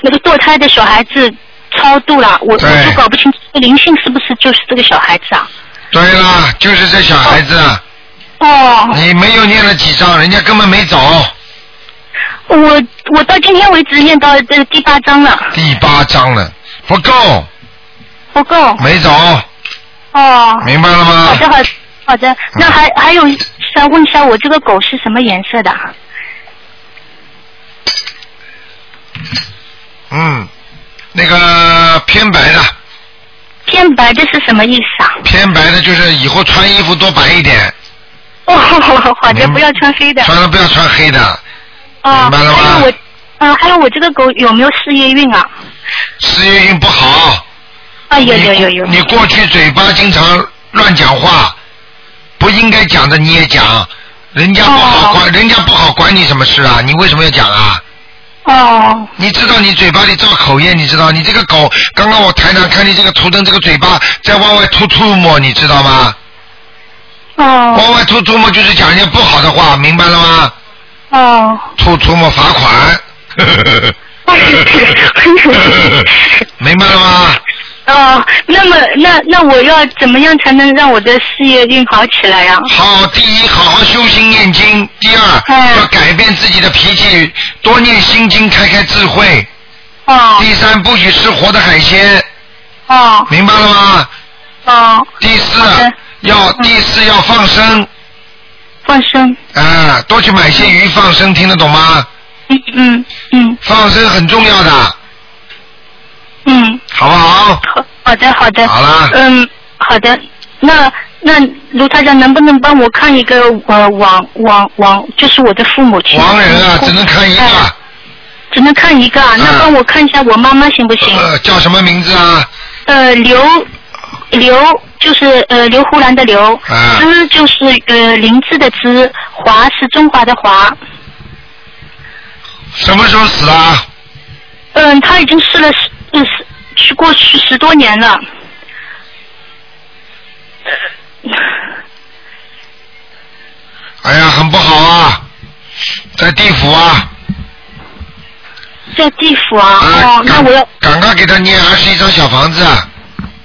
[SPEAKER 7] 那个堕胎的小孩子超度了，我我就搞不清这个灵性是不是就是这个小孩子啊？
[SPEAKER 1] 对啦，就是这小孩子。
[SPEAKER 7] 哦。
[SPEAKER 1] 你没有念了几张，人家根本没走。
[SPEAKER 7] 我我到今天为止念到这第八章了，
[SPEAKER 1] 第八章了，不
[SPEAKER 7] 哦
[SPEAKER 1] 够，
[SPEAKER 7] 不够。
[SPEAKER 1] 没走，
[SPEAKER 7] 哦。
[SPEAKER 1] 明白了吗
[SPEAKER 7] 好的，好的好的。那还还有想问一下，我这个狗是什么颜色的啊？
[SPEAKER 1] 嗯，那个偏白的。
[SPEAKER 7] 偏白的是什么意思啊？
[SPEAKER 1] 偏白的就是以后穿衣服多白一点，
[SPEAKER 7] 哦，好
[SPEAKER 1] 嗯
[SPEAKER 7] 的，不要穿黑的。
[SPEAKER 1] 穿了不要穿黑的。
[SPEAKER 7] 哦，还有我，嗯、还有我这个狗有没有事业运啊？
[SPEAKER 1] 事业运不好。
[SPEAKER 7] 啊，有有有有。
[SPEAKER 1] 你过去嘴巴经常乱讲话，不应该讲的你也讲，人家不好管，人家不好管你什么事啊？你为什么要讲啊？
[SPEAKER 7] 哦。
[SPEAKER 1] 你知道你嘴巴里造口业，你知道你这个狗，刚刚我台长看你这个图腾，这个嘴巴在往外吐吐沫，你知道吗？
[SPEAKER 7] 哦。
[SPEAKER 1] 往外吐吐沫就是讲人家不好的话，明白了吗？
[SPEAKER 7] 哦。
[SPEAKER 1] 吐吐沫罚款。明白了吗？
[SPEAKER 7] 哦，那么那那我要怎么样才能让我的事业运好起来啊呀、
[SPEAKER 1] 好，第一，好好修心念经；第
[SPEAKER 7] 嗯
[SPEAKER 1] 二，要改变自己的脾气，多念心经，开开智慧。
[SPEAKER 7] 哦。
[SPEAKER 1] 第三，不许吃活的海鲜。
[SPEAKER 7] 哦。
[SPEAKER 1] 明白了吗？
[SPEAKER 7] 哦。
[SPEAKER 1] 第四，要第四要放生。
[SPEAKER 7] 放生。
[SPEAKER 1] 啊，多去买些鱼放生，听得懂吗？
[SPEAKER 7] 嗯嗯嗯。
[SPEAKER 1] 放生很重要的，
[SPEAKER 7] 嗯，
[SPEAKER 1] 好不好？
[SPEAKER 7] 好的好的。
[SPEAKER 1] 好啦
[SPEAKER 7] 嗯，好的。那那卢台长能不能帮我看一个呃网网网，就是我的父母亲。嗯哎
[SPEAKER 1] 亡人啊，嗯只能看一个。
[SPEAKER 7] 只能看一个啊，那帮我看一下我妈妈行不行？
[SPEAKER 1] 呃，叫什么名字啊？
[SPEAKER 7] 呃，刘刘就是呃刘胡兰的刘，
[SPEAKER 1] 啊
[SPEAKER 7] 芝就是呃林芝的芝，华是中华的华。
[SPEAKER 1] 什么时候死的啊？
[SPEAKER 7] 嗯，他已经试了十呃十去过去十多 年了。
[SPEAKER 1] 哎呀，很不好啊，在地府啊。
[SPEAKER 7] 在地府啊，哦，那我要
[SPEAKER 1] 赶快给他念二十一张小房子啊！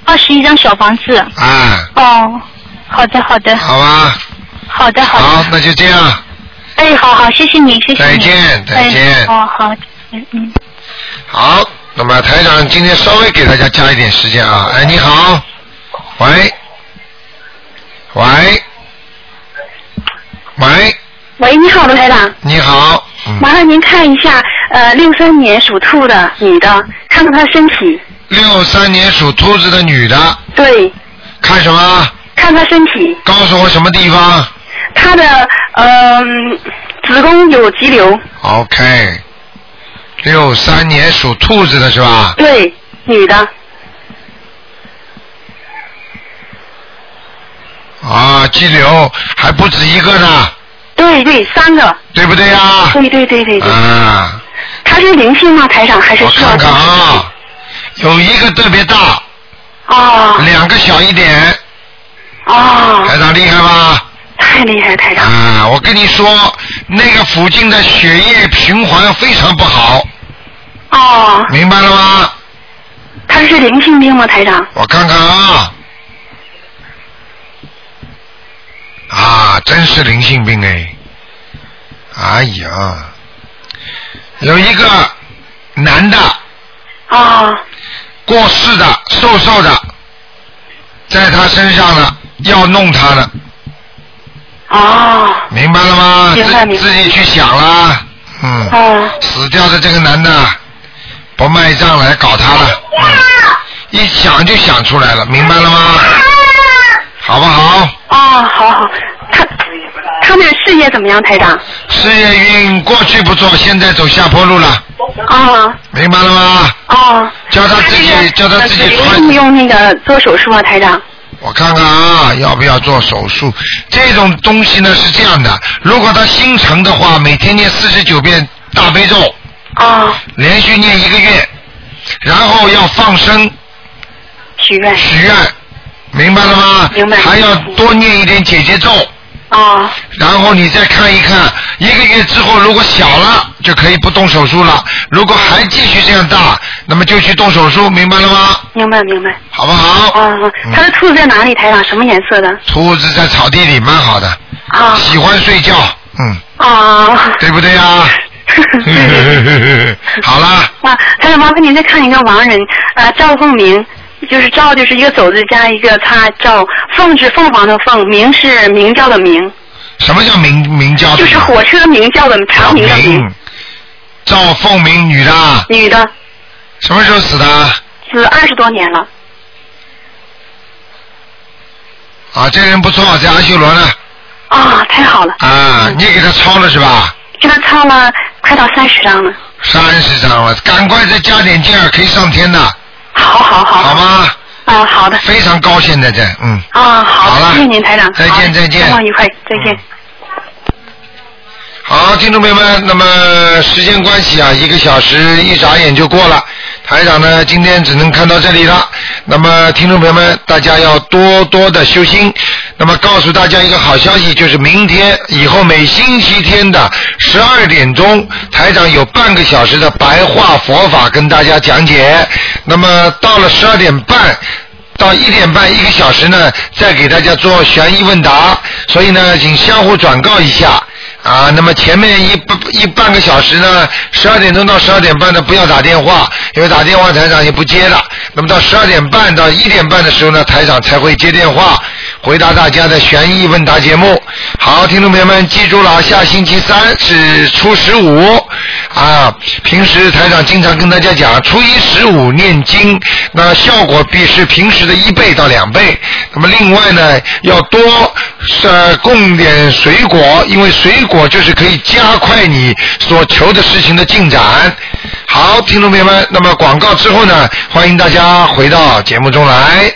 [SPEAKER 7] 二十一张小房子。
[SPEAKER 1] 啊
[SPEAKER 7] 哦，好的，好的，
[SPEAKER 1] 好吧，
[SPEAKER 7] 嗯好的，好的。
[SPEAKER 1] 好，那就这样。
[SPEAKER 7] 哎，好好，谢谢你，谢谢你。
[SPEAKER 1] 再见再见
[SPEAKER 7] 哎、哦，好，嗯嗯。
[SPEAKER 1] 好，那么台长今天稍微给大家加一点时间啊。哎，你好，喂，喂，喂，
[SPEAKER 11] 喂，你好，卢台长，
[SPEAKER 1] 你好，嗯
[SPEAKER 11] 麻烦您看一下，呃，六三年属兔的女的，看看她身体，
[SPEAKER 1] 六三年属兔子的女的，
[SPEAKER 11] 对，
[SPEAKER 1] 看什么？
[SPEAKER 11] 看她身体，
[SPEAKER 1] 告诉我什么地方
[SPEAKER 11] 她的呃子宫有肌瘤，
[SPEAKER 1] ？OK，六三年属兔子的是吧？
[SPEAKER 11] 对，女的，
[SPEAKER 1] 啊，肌瘤还不止一个呢，
[SPEAKER 11] 对对，三个，
[SPEAKER 1] 对不对呀、
[SPEAKER 11] 对对对对对，
[SPEAKER 1] 啊，
[SPEAKER 11] 她是灵性吗？台长还是
[SPEAKER 1] 我
[SPEAKER 11] 需要
[SPEAKER 1] 看看啊，有一个特别大，
[SPEAKER 7] 哦
[SPEAKER 1] 两个小一点。
[SPEAKER 7] 哦，
[SPEAKER 1] 台长厉害吧？
[SPEAKER 7] 太厉害，台长。
[SPEAKER 1] 啊，我跟你说，那个附近的血液循环非常不好，
[SPEAKER 7] 哦，
[SPEAKER 1] 明白了吗？
[SPEAKER 7] 他是灵性病吗，台长？
[SPEAKER 1] 我看看啊。啊，真是灵性病哎！哎呀，有一个男的
[SPEAKER 7] 啊，
[SPEAKER 1] 过世的，瘦瘦的，在他身上呢，要弄他呢，
[SPEAKER 7] 哦，
[SPEAKER 1] 明白了吗？
[SPEAKER 7] 明白
[SPEAKER 1] 自
[SPEAKER 7] 明白
[SPEAKER 1] 自己去想啦，嗯，
[SPEAKER 7] 哦，
[SPEAKER 1] 死掉的这个男的不卖账来搞他了，嗯，一想就想出来了，明白了吗？好不好？
[SPEAKER 7] 哦，好好，他他们事业怎么样，台长？
[SPEAKER 1] 事业运过去不错，现在走下坡路了，
[SPEAKER 7] 啊
[SPEAKER 1] 明白了吗？
[SPEAKER 7] 哦，
[SPEAKER 1] 叫他自己，叫他自己
[SPEAKER 7] 用不呃用那个做手术啊，台长？
[SPEAKER 1] 我看看啊，要不要做手术？这种东西呢是这样的，如果他心诚的话，每天念四十九遍大悲咒，
[SPEAKER 7] 啊，
[SPEAKER 1] 连续念一个月，然后要放生
[SPEAKER 7] 许愿，
[SPEAKER 1] 许愿，明白了吗？明白。还要多念一点姐姐咒。
[SPEAKER 7] 啊。
[SPEAKER 1] 然后你再看一看，一个月之后如果小了，就可以不动手术了；如果还继续这样大，那么就去动手术，明白了吗？
[SPEAKER 7] 明白明白。
[SPEAKER 1] 好不好？
[SPEAKER 7] 啊，
[SPEAKER 1] 嗯
[SPEAKER 7] 他的兔子在哪里，台长？什么颜色的？
[SPEAKER 1] 兔子在草地里蛮好的，
[SPEAKER 7] 啊
[SPEAKER 1] 喜欢睡觉，嗯。
[SPEAKER 7] 啊。
[SPEAKER 1] 对不对呀、
[SPEAKER 7] 嗯
[SPEAKER 1] 好啦，
[SPEAKER 7] 啊，台长，麻烦您再看一个亡人，啊，赵凤鸣，就是赵就是一个走字加一个擦，赵凤是凤凰的凤，鸣是鸣叫的鸣，
[SPEAKER 1] 什么叫明明教
[SPEAKER 7] 就是火车鸣叫的长啊鸣的鸣，
[SPEAKER 1] 明，赵凤啊鸣，女的啊，
[SPEAKER 7] 女的，
[SPEAKER 1] 什么时候死的啊？
[SPEAKER 7] 死二十多年了。
[SPEAKER 1] 啊，这人不错，在阿修罗呢。
[SPEAKER 7] 啊，太好了，
[SPEAKER 1] 啊，你也给他抄了是吧？
[SPEAKER 7] 给他擦了快到三十张了。
[SPEAKER 1] 三十张了，赶快再加点劲儿，可以上天的。
[SPEAKER 7] 好好好。
[SPEAKER 1] 好吗？
[SPEAKER 7] 啊，好的。
[SPEAKER 1] 非常高，现在这，嗯。
[SPEAKER 7] 啊，好的，谢谢您，台长。
[SPEAKER 1] 再见
[SPEAKER 7] 好的
[SPEAKER 1] 再见
[SPEAKER 7] 周末愉快，再见。
[SPEAKER 3] 嗯
[SPEAKER 1] 好，听众朋友们，那么时间关系啊，一个小时一眨眼就过了。台长呢，今天只能看到这里了。那么，听众朋友们，大家要多多的修心。那么，告诉大家一个好消息，就是明天以后每星期天的十二点钟，台长有半个小时的白话佛法跟大家讲解。那么，到了十二点半。到一点半一个小时呢，再给大家做悬疑问答，所以呢，请相互转告一下啊。那么前面一半一半个小时呢，十二点钟到十二点半呢，不要打电话，因为打电话台长也不接了。那么到十二点半到一点半的时候呢，台长才会接电话回答大家的悬疑问答节目。好，听众朋友们记住了，啊下星期三是初十五啊。平时台长经常跟大家讲，初一十五念经，那效果必是平时的一倍到两倍。那么另外呢，要多呃供点水果，因为水果就是可以加快你所求的事情的进展。好，听众朋友们，那么广告之后呢，欢迎大家回到节目中来。